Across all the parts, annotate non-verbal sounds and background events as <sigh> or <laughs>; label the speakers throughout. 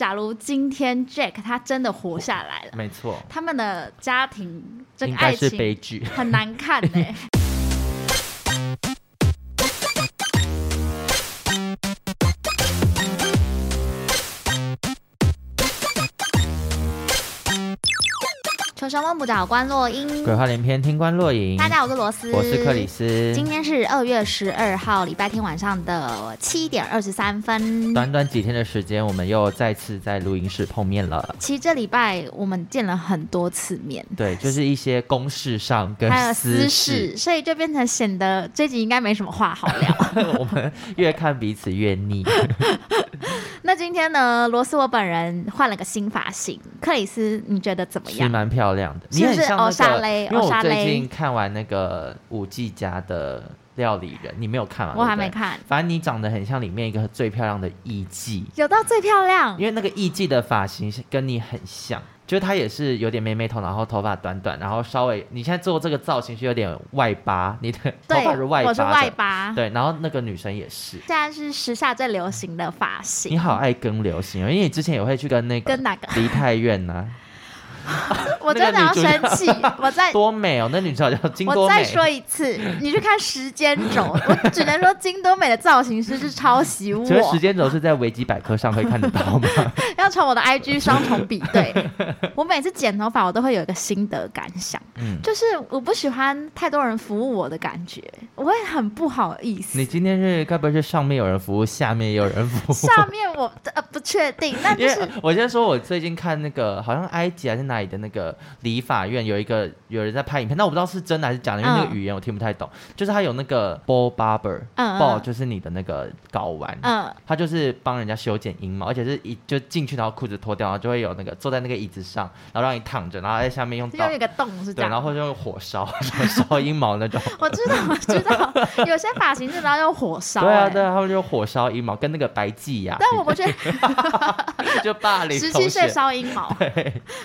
Speaker 1: 假如今天 Jack 他真的活下来了，
Speaker 2: 没错，
Speaker 1: 他们的家庭这个
Speaker 2: 应
Speaker 1: 爱
Speaker 2: 该是
Speaker 1: 情
Speaker 2: 悲剧。
Speaker 1: 很难看呢、
Speaker 2: <laughs>
Speaker 1: 求神问卜找关洛英，
Speaker 2: 鬼话连篇，听官落影。
Speaker 1: 大家好，我是罗斯，
Speaker 2: 我是克里。斯。
Speaker 1: 今天是二月十二号，礼拜天晚上的七点二十三分。
Speaker 2: 短短几天的时间，我们又再次在录音室碰面了。
Speaker 1: 其实这礼拜我们见了很多次面，
Speaker 2: 对，就是一些公事上跟
Speaker 1: 还有
Speaker 2: 私
Speaker 1: 私事，所以就变成显得这集应该没什么话好聊。
Speaker 2: <laughs> 我们越看彼此越腻。
Speaker 1: 那今天呢，罗斯我本人换了个新发型，克里斯你觉得怎么
Speaker 2: 是
Speaker 1: 样？
Speaker 2: 蛮漂亮的，
Speaker 1: 是
Speaker 2: 你
Speaker 1: 不
Speaker 2: 很
Speaker 1: 是
Speaker 2: 像那
Speaker 1: 欧莎
Speaker 2: 个，
Speaker 1: 蕾
Speaker 2: 因为
Speaker 1: 欧莎
Speaker 2: 我最
Speaker 1: 蕾
Speaker 2: 近看完那个五 G 家的料理人，你没有看完？
Speaker 1: 我还
Speaker 2: 对不对
Speaker 1: 没。看，
Speaker 2: 反正你长得很像里面一个最漂亮的艺妓，
Speaker 1: 有到最漂亮
Speaker 2: 因，为那个艺妓的发型是跟你很像，就是她也是有点妹妹头，然后头发短短，然后稍微你现在做这个造型是有点外八，你的头
Speaker 1: 对
Speaker 2: 发是，外八
Speaker 1: 我
Speaker 2: 的，
Speaker 1: 是外八。
Speaker 2: 对，然后那个女生也是。
Speaker 1: 现在是时下最流行的发型。
Speaker 2: 你好，爱跟流行哦，因为你之前也会去跟那个
Speaker 1: 跟哪个？ <laughs>
Speaker 2: 梨泰院呐、
Speaker 1: 我真的要生气！我再
Speaker 2: 多美哦，那女生叫金
Speaker 1: 哎我
Speaker 2: 多
Speaker 1: 再
Speaker 2: 美。
Speaker 1: 说一次，你去看时间轴，我只能说金多美的造型师是抄袭
Speaker 2: <laughs> 请问时
Speaker 1: 我，
Speaker 2: 间轴是在维基百科上可以看得到
Speaker 1: <laughs>
Speaker 2: 吗？
Speaker 1: 要从我的 IG 双重比对。 <laughs> 我每次剪头发，我都会有一个心得感想，
Speaker 2: 嗯，
Speaker 1: 就是我不喜欢太多人服务我的感觉，我会很不好意思
Speaker 2: 你。今天是该不会是上面有人服务，下面也有人服务？
Speaker 1: 上面我呃不确
Speaker 2: <laughs>
Speaker 1: 定，但
Speaker 2: 因
Speaker 1: 就
Speaker 2: 为
Speaker 1: 是
Speaker 2: 我先说，我最近看那个好像埃及还是哪里的那个理发院，有一个有人在拍影片，但我不知道是真的还是假的，因为那个
Speaker 1: 嗯
Speaker 2: 语言我听不太懂。就是他有那个 ball barber，ball、
Speaker 1: 嗯嗯
Speaker 2: ball 就是你的那个睾丸，
Speaker 1: 嗯，
Speaker 2: 他就是帮人家修剪阴毛，而且是一就进去，然后裤子脱掉，然后就会有那个坐在那个椅子上，然后让你躺着，然后在下面用
Speaker 1: 这
Speaker 2: 刀
Speaker 1: 就有，一个洞是这
Speaker 2: 对，然
Speaker 1: 样。
Speaker 2: 后或者用火烧 <laughs> 烧阴毛那种。
Speaker 1: 我知道，我知道， <laughs> 有些发型真的要用火烧、欸。
Speaker 2: 对啊，对啊，他们就火烧阴毛，跟那个白季雅
Speaker 1: 但我不确
Speaker 2: <laughs> 就霸凌
Speaker 1: 十
Speaker 2: 同
Speaker 1: 七岁
Speaker 2: 学。
Speaker 1: 烧阴毛， <laughs>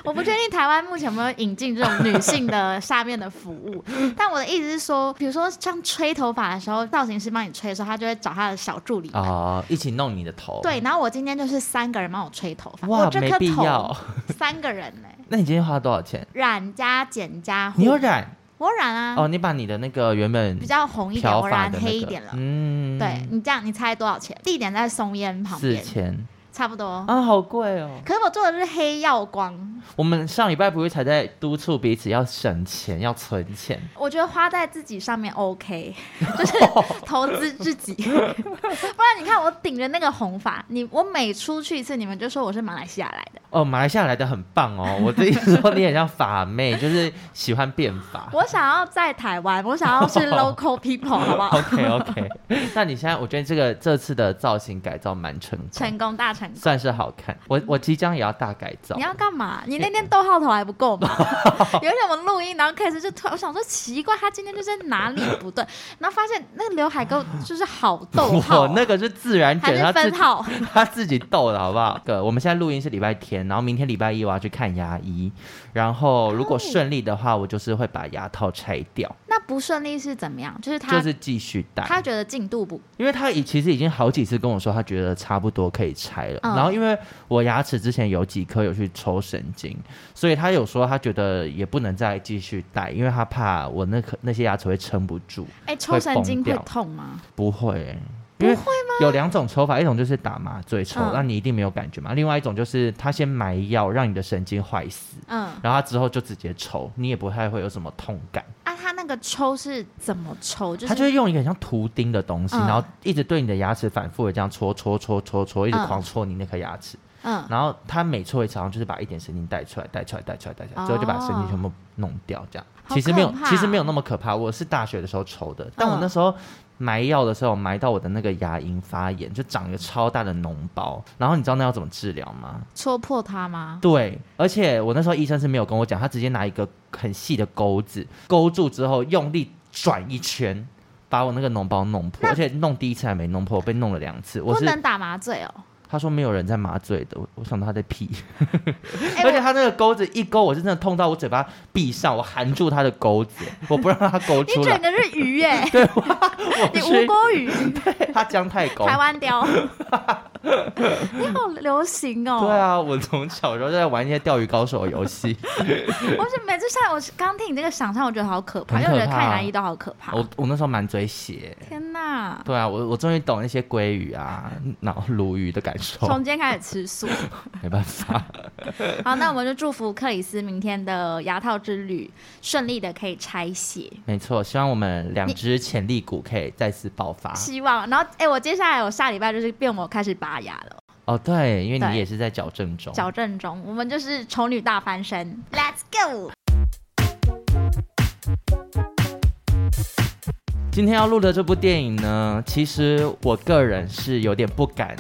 Speaker 1: 我不确定台湾目前有没有引进这种女性
Speaker 2: <laughs>
Speaker 1: 的下面的服务。但我的意思是说，比如说像吹头发的时候，造型师帮你吹的时候，他就会找他的小助理。
Speaker 2: 哦，一起弄你的头。，
Speaker 1: 对，然后我今天就是三个人帮我吹头发，
Speaker 2: 哇
Speaker 1: 我这
Speaker 2: 没
Speaker 1: 颗
Speaker 2: 必
Speaker 1: 头
Speaker 2: 要
Speaker 1: 三个人呢、
Speaker 2: 那你今天花了多少钱？
Speaker 1: 染加剪加护
Speaker 2: 你有染
Speaker 1: 我染啊，
Speaker 2: 哦？你把你的那个原本
Speaker 1: 比较红一点，
Speaker 2: 漂
Speaker 1: 我
Speaker 2: 发
Speaker 1: 染
Speaker 2: 的
Speaker 1: 黑一
Speaker 2: 那个
Speaker 1: 点了，。
Speaker 2: 嗯，
Speaker 1: 对，你这样，你猜多少钱？地点在松烟旁
Speaker 2: 四
Speaker 1: 边，
Speaker 2: 千
Speaker 1: 差不多。
Speaker 2: 啊，好贵哦。
Speaker 1: 可是我做的是黑曜光，
Speaker 2: 我们上礼拜不是才在督促彼此要省钱，要存钱。
Speaker 1: 我觉得花在自己上面 OK，就是
Speaker 2: <laughs>
Speaker 1: 投资自己。 <laughs> 不然你看我顶着那个红发，你我每出去一次，你们就说我是马来西亚来的，
Speaker 2: 哦，马来西亚来的很棒哦！我
Speaker 1: <laughs>
Speaker 2: 的意思说你很像法妹，就是喜欢变法。
Speaker 1: 我想要在台湾，我想
Speaker 2: <laughs>
Speaker 1: 要是 local people，好不好？
Speaker 2: OK OK，那 <laughs> 你现在我觉得这个这次的造型改造蛮成功，
Speaker 1: 成功大成功。
Speaker 2: 算是好看。我我即将也要大改造
Speaker 1: 你。要干嘛？你那天逗号头还不够
Speaker 2: <laughs>
Speaker 1: 吗？有一天我录音，然后开始就突然，我想说奇怪，他今天就是哪里不对，然后发现那个刘海给我就是好逗号
Speaker 2: <laughs> 我
Speaker 1: 啊，
Speaker 2: 那个是自然
Speaker 1: 还
Speaker 2: 卷，他
Speaker 1: 是
Speaker 2: 自
Speaker 1: 分
Speaker 2: 己
Speaker 1: 号，
Speaker 2: <laughs> 他自己逗的好不好？哥，我们现在录音是礼拜天，然后明天礼拜一我要去看牙医，然后如果顺利的话，我就是会把牙套拆掉，
Speaker 1: 那不顺利是怎么样？就是他、
Speaker 2: 就是继续戴。
Speaker 1: 他觉得进度不
Speaker 2: 因为他已其实已经好几次跟我说，他觉得差不多可以拆了。
Speaker 1: 嗯
Speaker 2: 然后因为我牙齿之前有几颗有去抽神经，所以他有说他觉得也不能再继续戴，因为他怕我那颗那些牙齿会撑不住。
Speaker 1: 哎、抽神经
Speaker 2: 会
Speaker 1: 会
Speaker 2: 崩掉
Speaker 1: 痛吗？
Speaker 2: 不会、欸，因为有两种抽法，一种就是打麻醉抽
Speaker 1: 嗯，
Speaker 2: 那、你一定没有感觉嘛。另外一种就是他先埋药让你的神经坏死，
Speaker 1: 嗯，
Speaker 2: 然后他之后就直接抽，你也不太会有什么痛感。
Speaker 1: 啊，他那个抽是怎么抽？就是
Speaker 2: 他就会用一个很像图钉的东西，
Speaker 1: 嗯
Speaker 2: 然后一直对你的牙齿反复的这样戳戳戳戳戳，一直
Speaker 1: 嗯
Speaker 2: 狂戳你那颗牙齿。
Speaker 1: 嗯，
Speaker 2: 然后他每戳一次，好像就是把一点神经带出来，带出来，带出来，带出来，
Speaker 1: 哦
Speaker 2: 之后就把神经全部弄掉，这样。
Speaker 1: 好
Speaker 2: 其实没有
Speaker 1: 可，怕
Speaker 2: 其实没有那么可怕。我是大学的时候抽的，但我
Speaker 1: 嗯
Speaker 2: 那时候埋药的时候，埋到我的那个牙龈发炎，就长一个超大的脓包。然后你知道那要怎么治疗吗？
Speaker 1: 戳破它吗？
Speaker 2: 对，而且我那时候医生是没有跟我讲，他直接拿一个很细的钩子勾住之后，用力转一圈，把我那个脓包弄破，
Speaker 1: 那
Speaker 2: 而且弄第一次还没弄破，被弄了两次。我
Speaker 1: 不
Speaker 2: 是
Speaker 1: 能打麻醉哦，
Speaker 2: 他说没有人在麻醉的，我我想到他在屁，
Speaker 1: 哎
Speaker 2: 而且
Speaker 1: 我
Speaker 2: 他那个钩子一勾，我是真的痛到我嘴巴闭上，我含住他的钩子，我不让他勾
Speaker 1: 你
Speaker 2: 出来
Speaker 1: 整。个是鱼耶、
Speaker 2: <laughs> 我
Speaker 1: 你吴
Speaker 2: 是
Speaker 1: 郭鱼，
Speaker 2: 他姜太狗。
Speaker 1: 台湾
Speaker 2: <laughs>
Speaker 1: 雕，你好流行哦。
Speaker 2: 对啊，我从小时候就在玩一些钓鱼高手的游戏，
Speaker 1: 我是每次上来，我是刚听你这个想象，我觉得好可怕，
Speaker 2: 很
Speaker 1: 因为我觉
Speaker 2: 可
Speaker 1: 得
Speaker 2: 怕哦
Speaker 1: 看牙医都好可怕。
Speaker 2: 我我那时候满嘴血。
Speaker 1: 天哪！
Speaker 2: 对啊，我我终于懂那些鲑鱼啊、脑鲈鱼的感受
Speaker 1: 从，今天开始吃素。
Speaker 2: 没办法。
Speaker 1: 好，那我们就祝福克里斯明天的牙套之旅顺利的可以拆卸，
Speaker 2: 没错，希望我们两只潜力股可以再次爆发。
Speaker 1: 希望。然后，哎、我接下来我下礼拜就是变我开始拔牙了，
Speaker 2: 哦，对，因为
Speaker 1: 对
Speaker 2: 你也是在矫正中。
Speaker 1: 矫正中，我们就是丑女大翻身，Let's go。
Speaker 2: 今天要录的这部电影呢，其实我个人是有点不敢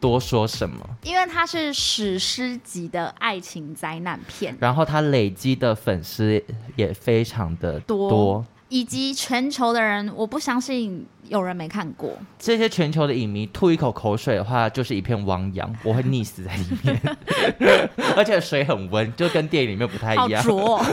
Speaker 2: 多说什么。
Speaker 1: 因为它是史诗级的爱情灾难
Speaker 2: <laughs>
Speaker 1: 片，
Speaker 2: 然后他累积的粉丝也非常的
Speaker 1: 多
Speaker 2: 多，
Speaker 1: 以及全球的人，我不相信有人没看过。
Speaker 2: 这些全球的影迷吐一口口水的话，就是一片汪洋，我会溺死在里面。而且水很温，就跟电影里面不太
Speaker 1: 好
Speaker 2: 一样，
Speaker 1: 浊、哦，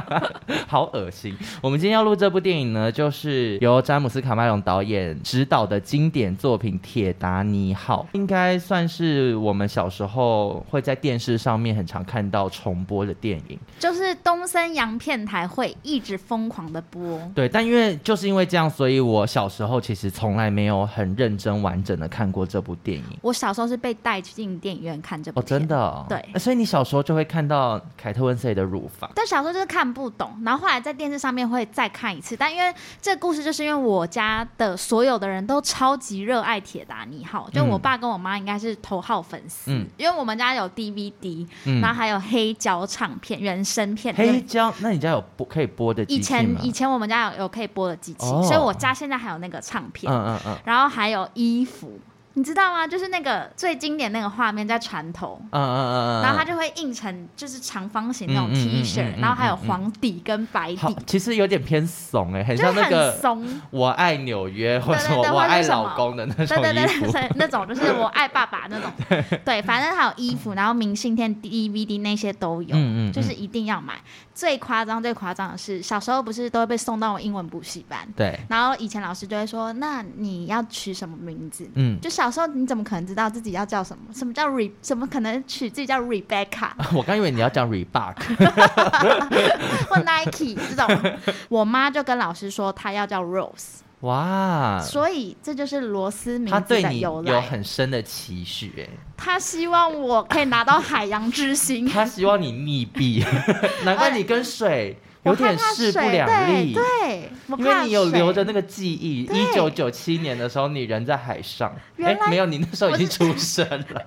Speaker 2: <laughs> 好恶心。我们今天要录这部电影呢，就是由詹姆斯卡麦隆导演执导的经典作品《铁达尼号》，应该算是我们小时候会在电视上面很常看到重播的电影。
Speaker 1: 就是东森洋片台会一直疯狂的播。
Speaker 2: 对，但因为就是因为这样，所以我小时候其实从来没有很认真完整的看过这部电影。
Speaker 1: 我小时候是被带进电影院看这部
Speaker 2: 哦，
Speaker 1: 片，
Speaker 2: 真的、哦，
Speaker 1: 对
Speaker 2: 呃所以你小时候就会看到凯特温斯莱的乳房，
Speaker 1: 但小时候就是看不懂，然后后来在电视上面会再看一次。但因为这故事，就是因为我家的所有的人都超级热爱铁达尼号，就
Speaker 2: 嗯
Speaker 1: 我爸跟我妈应该是头号粉丝，
Speaker 2: 嗯
Speaker 1: 因为我们家有 DVD，、
Speaker 2: 嗯
Speaker 1: 然，后还有黑胶唱片、原声片。
Speaker 2: 黑
Speaker 1: 哎对
Speaker 2: 胶，那你家有播可以播的
Speaker 1: 以
Speaker 2: 机器吗？
Speaker 1: 前以前我们家有有可以播的机器，
Speaker 2: 哦
Speaker 1: 所以我家现在还有那个唱片，
Speaker 2: 嗯嗯嗯
Speaker 1: 然后还有衣服，你知道吗？就是那个最经典那个画面在船头，
Speaker 2: 嗯嗯嗯嗯，
Speaker 1: 然后它就会印成就是长方形那种
Speaker 2: 嗯嗯嗯
Speaker 1: T 恤，
Speaker 2: 嗯嗯
Speaker 1: 然后还有
Speaker 2: 嗯嗯
Speaker 1: 黄底跟白
Speaker 2: 好
Speaker 1: 底，，
Speaker 2: 其实有点偏怂哎、很
Speaker 1: 就是
Speaker 2: 像那
Speaker 1: 很
Speaker 2: 个
Speaker 1: 怂，
Speaker 2: 我爱纽约或
Speaker 1: 对
Speaker 2: 者
Speaker 1: 对对
Speaker 2: 我
Speaker 1: 或者
Speaker 2: 爱
Speaker 1: 是什么
Speaker 2: 老公的 <laughs> 那
Speaker 1: 对
Speaker 2: 种
Speaker 1: 对
Speaker 2: 衣
Speaker 1: 对
Speaker 2: 服，
Speaker 1: 对， <laughs> 那种就是我爱爸爸那
Speaker 2: <laughs>
Speaker 1: 种，对，反正还有衣服，然后明信片、DVD 那些都有，
Speaker 2: 嗯嗯嗯
Speaker 1: 就是一定要买。最夸张、最夸张的是，小时候不是都会被送到英文补习班，
Speaker 2: <laughs> 对，
Speaker 1: 然后以前老师就会说，那你要取什么名字？
Speaker 2: 嗯， <laughs>
Speaker 1: 就小时候你怎么可能知道自己要叫什么？什么叫 re？怎么可能取自己叫 Rebecca？
Speaker 2: 我刚以为你要讲 Reebok， <laughs>
Speaker 1: 或 Nike 这种。我妈就跟老师说她要叫 Rose，、
Speaker 2: 哇，
Speaker 1: 所以这就是罗斯名
Speaker 2: 他
Speaker 1: 字
Speaker 2: 啊对
Speaker 1: 的
Speaker 2: 你
Speaker 1: 由
Speaker 2: 有
Speaker 1: 来。
Speaker 2: 很深的期许哎、
Speaker 1: 她希望我可以拿到海洋之星。
Speaker 2: 他希望你溺毙，
Speaker 1: <laughs>
Speaker 2: 难怪你跟水
Speaker 1: 哎
Speaker 2: 有点势不
Speaker 1: 我害
Speaker 2: 两立
Speaker 1: 怕水，对，对我
Speaker 2: 因
Speaker 1: 怕
Speaker 2: 为你有
Speaker 1: 水
Speaker 2: 留着那个记忆。
Speaker 1: 对
Speaker 2: 一九九七年的时候，你人在海上，
Speaker 1: 原
Speaker 2: 哎
Speaker 1: 来，
Speaker 2: 没有，你那时候已经出生了，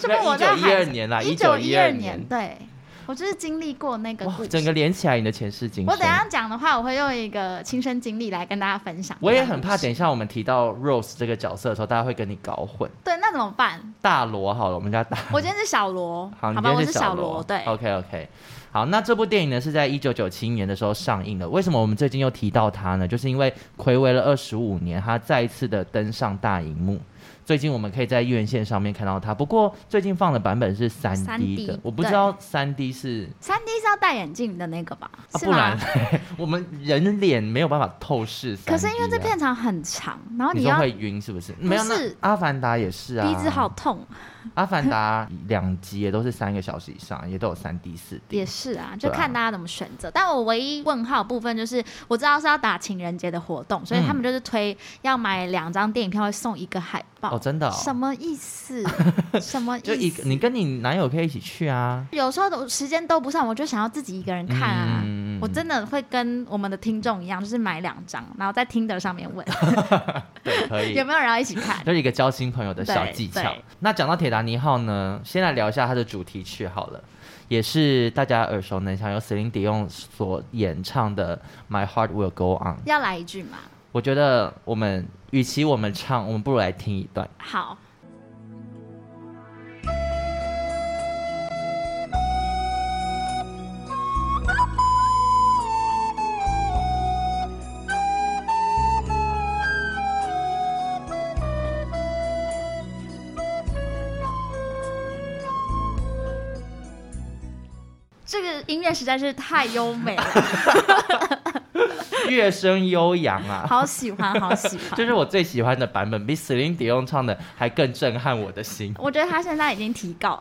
Speaker 1: 是不是我在
Speaker 2: 一九一
Speaker 1: 海
Speaker 2: 二年啦，一
Speaker 1: 九
Speaker 2: 一
Speaker 1: 二
Speaker 2: 年，
Speaker 1: 对，我就是经历过那个
Speaker 2: 哇
Speaker 1: 故，
Speaker 2: 整
Speaker 1: 事。
Speaker 2: 个连起来你的前世今
Speaker 1: 我等一
Speaker 2: 生。
Speaker 1: 下讲的话，我会用一个亲身经历来跟大家分享。
Speaker 2: 我也很怕，等一下我们提到 Rose 这个角色的时候，大家会跟你搞混。
Speaker 1: 对，那怎么办？
Speaker 2: 大罗好了，我们叫大
Speaker 1: 我今天是小罗，
Speaker 2: <laughs> 好，你今
Speaker 1: 吧，
Speaker 2: 天
Speaker 1: 我
Speaker 2: 是
Speaker 1: 小
Speaker 2: 罗，
Speaker 1: 对，
Speaker 2: ，OK OK。好，那这部电影呢是在一九九七年的时候上映的。为什么我们最近又提到它呢？就是因为暌违了二十五年，它再一次的登上大荧幕。最近我们可以在院线上面看到它，不过最近放的版本是三 D 的
Speaker 1: 3D，
Speaker 2: 我不知道三 D 是、
Speaker 1: 三 D 是要戴眼镜的那个吧？
Speaker 2: 啊，
Speaker 1: 是
Speaker 2: 不
Speaker 1: 吗？
Speaker 2: 然 <laughs> 我们人脸没有办法透视、3D
Speaker 1: 可是因为这
Speaker 2: 啊
Speaker 1: 片场很长，然后
Speaker 2: 你
Speaker 1: 你
Speaker 2: 说
Speaker 1: 要
Speaker 2: 会晕是不是？没有，那
Speaker 1: 是
Speaker 2: 阿凡达也是啊，
Speaker 1: 鼻子好痛，
Speaker 2: 阿凡达两集也都是三个小时以上，也都有三 D 四 D，
Speaker 1: 也是啊，就
Speaker 2: 对啊
Speaker 1: 看大家怎么选择。但我唯一问号部分就是，我知道是要打情人节的活动，所以
Speaker 2: 嗯
Speaker 1: 他们就是推要买两张电影票会送一个海报，
Speaker 2: 哦，真的、哦，
Speaker 1: 什么意思？什
Speaker 2: <laughs>
Speaker 1: 么
Speaker 2: 就一
Speaker 1: 意
Speaker 2: 个
Speaker 1: 思？
Speaker 2: 你跟你男友可以一起去啊，
Speaker 1: 有时候都时间都不上，我就想要自己一个人看啊。
Speaker 2: 嗯
Speaker 1: 我真的会跟我们的听众一样，就是买两张，然后在听的上面问
Speaker 2: 对可
Speaker 1: <laughs>
Speaker 2: 以
Speaker 1: 有。没有人要一起看。
Speaker 2: <laughs> 就是一个交新朋友的小技
Speaker 1: 对
Speaker 2: 巧
Speaker 1: 对。
Speaker 2: 那讲到铁达尼号呢，先来聊一下它的主题曲好了，也是大家耳熟能详，由 Celine Dion 所演唱的《My Heart Will Go On》。
Speaker 1: 要来一句嘛？
Speaker 2: 我觉得我们与其我们唱，我们不如来听一
Speaker 1: <laughs>
Speaker 2: 段。
Speaker 1: 好，
Speaker 3: Heart
Speaker 1: 这个音乐实在是太优美了，
Speaker 2: 乐声悠扬啊。
Speaker 1: 好喜欢，好喜
Speaker 2: <laughs> 这
Speaker 1: 欢。。
Speaker 2: 是我最喜欢的版本，比 Celine Dion 唱的还更震撼我的心
Speaker 1: 我觉得他现在已经提高，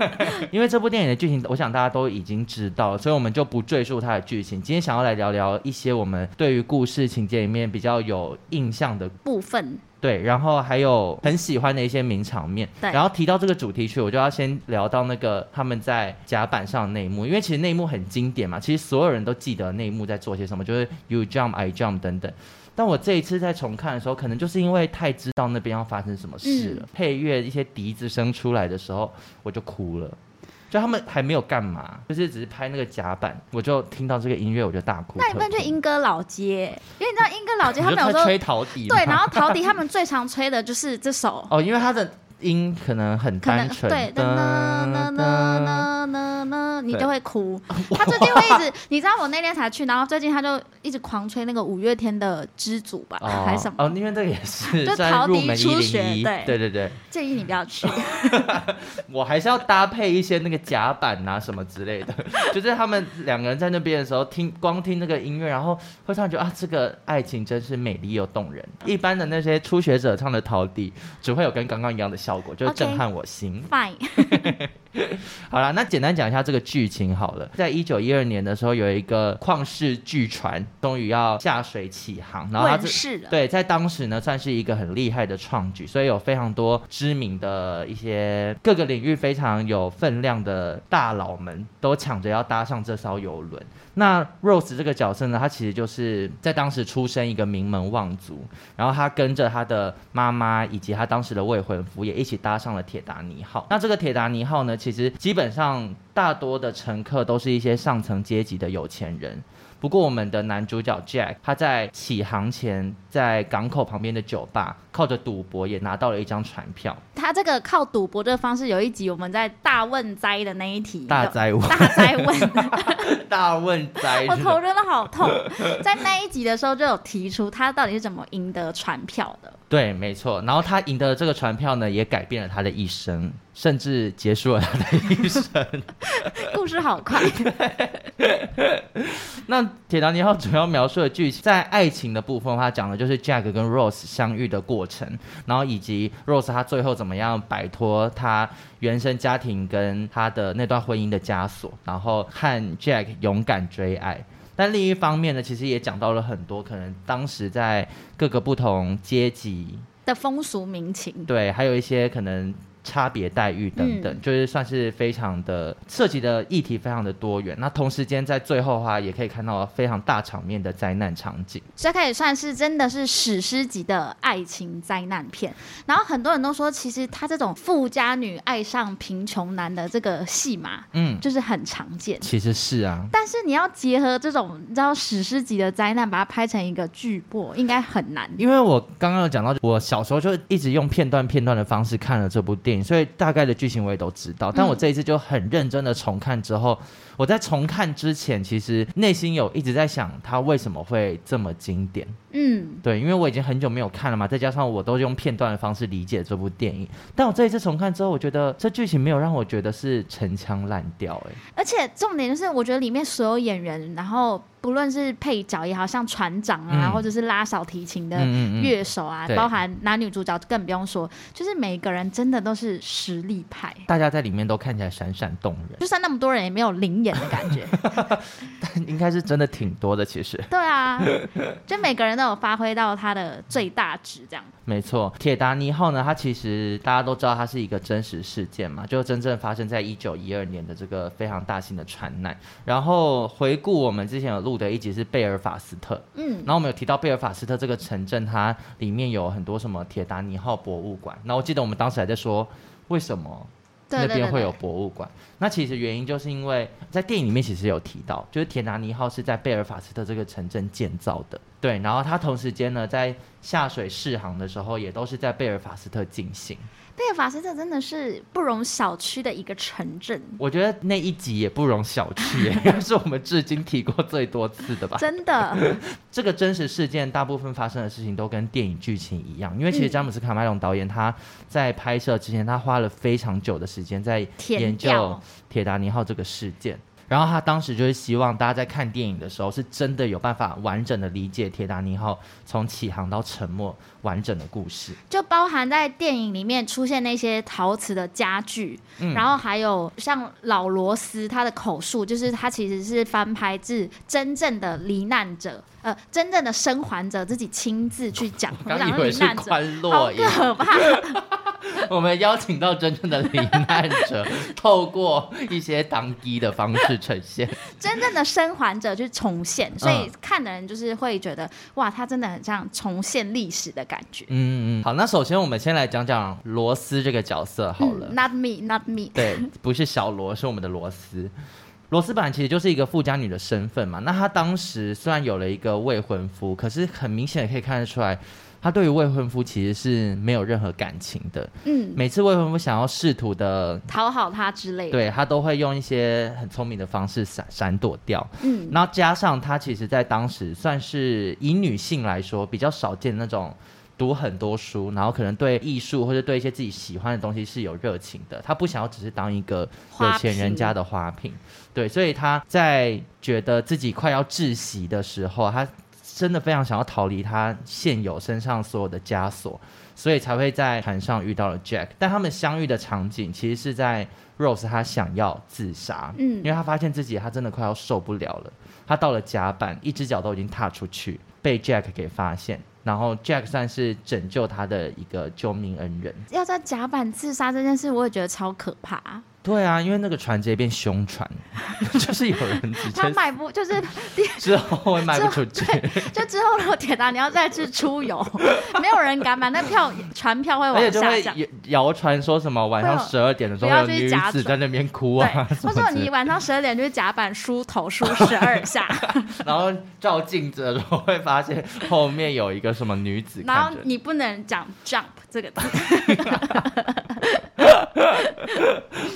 Speaker 2: <laughs> 因为这部电影的剧情，我想大家都已经知道，所以我们就不赘述它的剧情。今天想要来聊聊一些我们对于故事情节里面比较有印象的
Speaker 1: 部分
Speaker 2: 对，然后还有很喜欢的一些名场面。
Speaker 1: 对
Speaker 2: 然后提到这个主题曲，我就要先聊到那个他们在甲板上的那一幕，因为其实那一幕很经典嘛，其实所有人都记得那一幕在做些什么，就是 you jump, I jump 等等。但我这一次在重看的时候，可能就是因为太知道那边要发生什么事
Speaker 1: 嗯
Speaker 2: 了，配乐一些笛子声出来的时候，我就哭了。就他们还没有干嘛，就是只是拍那个甲板，我就听到这个音乐我就大哭
Speaker 1: 那
Speaker 2: 特哭。
Speaker 1: 你不能去英歌老街，因为你知道英歌老街
Speaker 2: 你
Speaker 1: 他
Speaker 2: 就
Speaker 1: 们有时
Speaker 2: 在
Speaker 1: 候
Speaker 2: 吹陶笛吗，
Speaker 1: 对，然后陶笛他们最常吹的就是这首，
Speaker 2: 哦，因为它的音可能很
Speaker 1: 可能
Speaker 2: 单纯，
Speaker 1: 对，
Speaker 2: 噔
Speaker 1: 呢呢呢
Speaker 2: 噔
Speaker 1: 呢呢呢，你
Speaker 2: 对
Speaker 1: 就会哭。他最近会一直，你知道我那天才去，然后最近他就一直狂吹那个五月天的《知足》吧，
Speaker 2: 哦
Speaker 1: 还是什么？
Speaker 2: 哦，因为这个也是
Speaker 1: 就
Speaker 2: 算
Speaker 1: 陶
Speaker 2: 入
Speaker 1: 笛
Speaker 2: 门一
Speaker 1: 初学
Speaker 2: 零一，
Speaker 1: 对
Speaker 2: 对对对，
Speaker 1: 建议你不要
Speaker 2: <laughs>
Speaker 1: 去。
Speaker 2: 我还是要搭配一些那个甲板啊什么之类的， <laughs> 就是他们两个人在那边的时候听光听那个音乐，然后会突然觉得啊，这个爱情真是美丽又动人。一般的那些初学者唱的陶笛，只会有跟刚刚一样的效果，就是
Speaker 1: OK
Speaker 2: 震撼我心。
Speaker 1: Fine，
Speaker 2: 好啦，那简单讲一下这个剧情好了。在一九一二年的时候，有一个旷世巨船终于要下水起航，然后它
Speaker 1: 问
Speaker 2: 是。
Speaker 1: 世了。
Speaker 2: 对，在当时呢，算是一个很厉害的创举，所以有非常多知名的一些各个领域非常有分量的大佬们都抢着要搭上这艘游轮。那 Rose 这个角色呢，她其实就是在当时出生一个名门望族，然后她跟着她的妈妈以及她当时的未婚夫也一起搭上了铁达尼号。那这个铁达尼号呢，其实基本上大多的乘客都是一些上层阶级的有钱人。不过，我们的男主角 Jack 他在起航前，在港口旁边的酒吧靠着赌博也拿到了一张船票，
Speaker 1: 他这个靠赌博这个方式，有一集我们在大问灾的那一题，
Speaker 2: 大
Speaker 1: 有
Speaker 2: 灾问，
Speaker 1: 大灾问，
Speaker 2: <laughs> 大问灾
Speaker 1: 我
Speaker 2: 是
Speaker 1: 哦头
Speaker 2: 的。
Speaker 1: 真的好痛。在那一集的时候就有提出他到底是怎么赢得船票的。
Speaker 2: 对，没错。然后他赢得这个船票呢，也改变了他的一生，甚至结束了他的一生。
Speaker 1: 故事好快，
Speaker 2: 那《铁达尼号》主要描述的剧情，在爱情的部分，它讲的就是 Jack 跟 Rose 相遇的过程，然后以及 Rose 她最后怎么样摆脱她原生家庭跟她的那段婚姻的枷锁，然后和 Jack 勇敢追爱。但另一方面呢，其实也讲到了很多可能当时在各个不同阶级
Speaker 1: 的风俗民情。
Speaker 2: 对，还有一些可能差别待遇等等，就是算是非常的涉及的议题非常的多元。那同时间在最后的话，也可以看到非常大场面的灾难场景。
Speaker 1: 这可以算是真的是史诗级的爱情灾难片。然后很多人都说，其实他这种富家女爱上贫穷男的这个戏码，
Speaker 2: 嗯，
Speaker 1: 就是很常见。
Speaker 2: 其实是啊，
Speaker 1: 但是你要结合这种你知道史诗级的灾难，把它拍成一个剧播，应该很难。
Speaker 2: 因为我刚刚有讲到，我小时候就一直用片段片段的方式看了这部电影，所以大概的剧情我也都知道。但我这一次就很认真的重看之后，我在重看之前，其实内心有一直在想，它为什么会这么经典。
Speaker 1: 嗯，
Speaker 2: 对，因为我已经很久没有看了嘛，再加上我都用片段的方式理解这部电影，但我这一次重看之后，我觉得这剧情没有让我觉得是陈腔滥调、欸，
Speaker 1: 而且重点就是，我觉得里面所有演员，然后不论是配角也好，像船长啊，
Speaker 2: 嗯
Speaker 1: 或者是拉小提琴的
Speaker 2: 嗯嗯嗯
Speaker 1: 乐手啊，
Speaker 2: 对
Speaker 1: 包含男女主角更不用说，就是每个人真的都是实力派。
Speaker 2: 大家在里面都看起来闪闪动
Speaker 1: 就算那么多人也没有灵眼的感
Speaker 2: <laughs>
Speaker 1: 觉。
Speaker 2: 人， <laughs> 应该是真的挺多的，其实。
Speaker 1: 对啊，就每个人都有发挥到他的最大值，这样。
Speaker 2: 没错，铁达尼号呢，它其实大家都知道它是一个真实事件嘛，就真正发生在一九一二年的这个非常大型的船难。然后回顾我们之前有录的一集是贝尔法斯特，
Speaker 1: 嗯
Speaker 2: 然，后我们有提到贝尔法斯特这个城镇，它里面有很多什么铁达尼号博物馆。那我记得我们当时还在说，为什么
Speaker 1: 对
Speaker 2: 那
Speaker 1: 对
Speaker 2: 边
Speaker 1: 对
Speaker 2: 会有
Speaker 1: 对。
Speaker 2: 博物馆？那其实原因就是因为在电影里面其实有提到，就是铁达尼号是在贝尔法斯特这个城镇建造的。对，然后它同时间呢，在下水试航的时候，也都是在贝尔法斯特进行。
Speaker 1: 贝尔法斯特真的是不容小觑的一个城
Speaker 2: <laughs>
Speaker 1: 镇，
Speaker 2: 我觉得那一集也不容小觑耶，应 <laughs> 该是我们至今提过最多次的吧。
Speaker 1: 真的。
Speaker 2: 这个真实事件大部分发生的事情都跟电影剧情一样，因为其实詹姆斯卡麦隆导演他在拍摄之前，他花了非常久的时间在
Speaker 1: 填
Speaker 2: 研
Speaker 1: 调
Speaker 2: 究铁达尼号这个事件。然后他当时就是希望大家在看电影的时候，是真的有办法完整的理解《铁达尼号》从起航到沉没完整的故事。
Speaker 1: 就包含在电影里面出现那些陶瓷的家具，
Speaker 2: 嗯
Speaker 1: 然后还有像老罗斯他的口述，就是他其实是翻拍自真正的罹难者，呃，真正的生还者自己亲自去
Speaker 2: <laughs>
Speaker 1: 讲，我
Speaker 2: 刚
Speaker 1: 讲
Speaker 2: 以
Speaker 1: 是
Speaker 2: 为
Speaker 1: 罹
Speaker 2: 是
Speaker 1: 难者，
Speaker 2: 欢
Speaker 1: 好
Speaker 2: 乐耶，
Speaker 1: 可怕。 <laughs>
Speaker 2: 我们邀请到真正的罹难
Speaker 1: <laughs>
Speaker 2: 者，透过一些当机的方式呈现。
Speaker 1: 真正的生还者去重现，所
Speaker 2: 嗯
Speaker 1: 以看的人就是会觉得哇，他真的很像重现历史的感觉。
Speaker 2: 嗯嗯，好，那首先我们先来讲讲罗斯这个角色好了。
Speaker 1: 嗯，Not me, not me。
Speaker 2: 对，不是小罗，是我们的罗斯。罗斯本来其实就是一个富家女的身份嘛，那她当时虽然有了一个未婚夫，可是很明显可以看得出来，她对于未婚夫其实是没有任何感情的。
Speaker 1: 嗯，
Speaker 2: 每次未婚夫想要试图的，
Speaker 1: 讨好他之类的。，
Speaker 2: 对她都会用一些很聪明的方式闪闪躲掉。
Speaker 1: 嗯，
Speaker 2: 然后加上她其实在当时算是以女性来说比较少见那种读很多书，然后可能对艺术或者对一些自己喜欢的东西是有热情的。她不想要只是当一个有钱人家的花瓶，对，所以她在觉得自己快要窒息的时候，她真的非常想要逃离她现有身上所有的枷锁。所以才会在船上遇到了 Jack，但他们相遇的场景其实是在 Rose 她想要自杀，
Speaker 1: 嗯
Speaker 2: 因为她发现自己她真的快要受不了了，她到了甲板，一只脚都已经踏出去，被 Jack 给发现，然后 Jack 算是拯救她的一个救命恩人。
Speaker 1: 要在甲板自杀这件事，我也觉得超可怕。
Speaker 2: 对啊，因为那个船直接变凶船，
Speaker 1: <laughs>
Speaker 2: 就是有人直接
Speaker 1: 他卖不就是
Speaker 2: 之后会卖不出去。
Speaker 1: <laughs> 就之后如果铁达尼要再去出游，没有人敢买，那票船票会
Speaker 2: 而且
Speaker 1: 往
Speaker 2: 就
Speaker 1: 下
Speaker 2: 会
Speaker 1: 降。
Speaker 2: 谣谣传说什么晚上
Speaker 1: 会有
Speaker 2: 十二点的时候
Speaker 1: 不
Speaker 2: 会
Speaker 1: 要
Speaker 2: 有
Speaker 1: 去
Speaker 2: 女
Speaker 1: 假
Speaker 2: 子在
Speaker 1: 装
Speaker 2: 那边哭
Speaker 1: 对
Speaker 2: 啊，，什
Speaker 1: 或
Speaker 2: 么
Speaker 1: 者
Speaker 2: 之类
Speaker 1: 你晚上十二点去甲板梳头梳十二下，
Speaker 2: <laughs> 然后照镜子的时候会发现后面有一个什么女子
Speaker 1: 然
Speaker 2: 看
Speaker 1: 后
Speaker 2: 着你。
Speaker 1: 你不能讲 jump 这个字。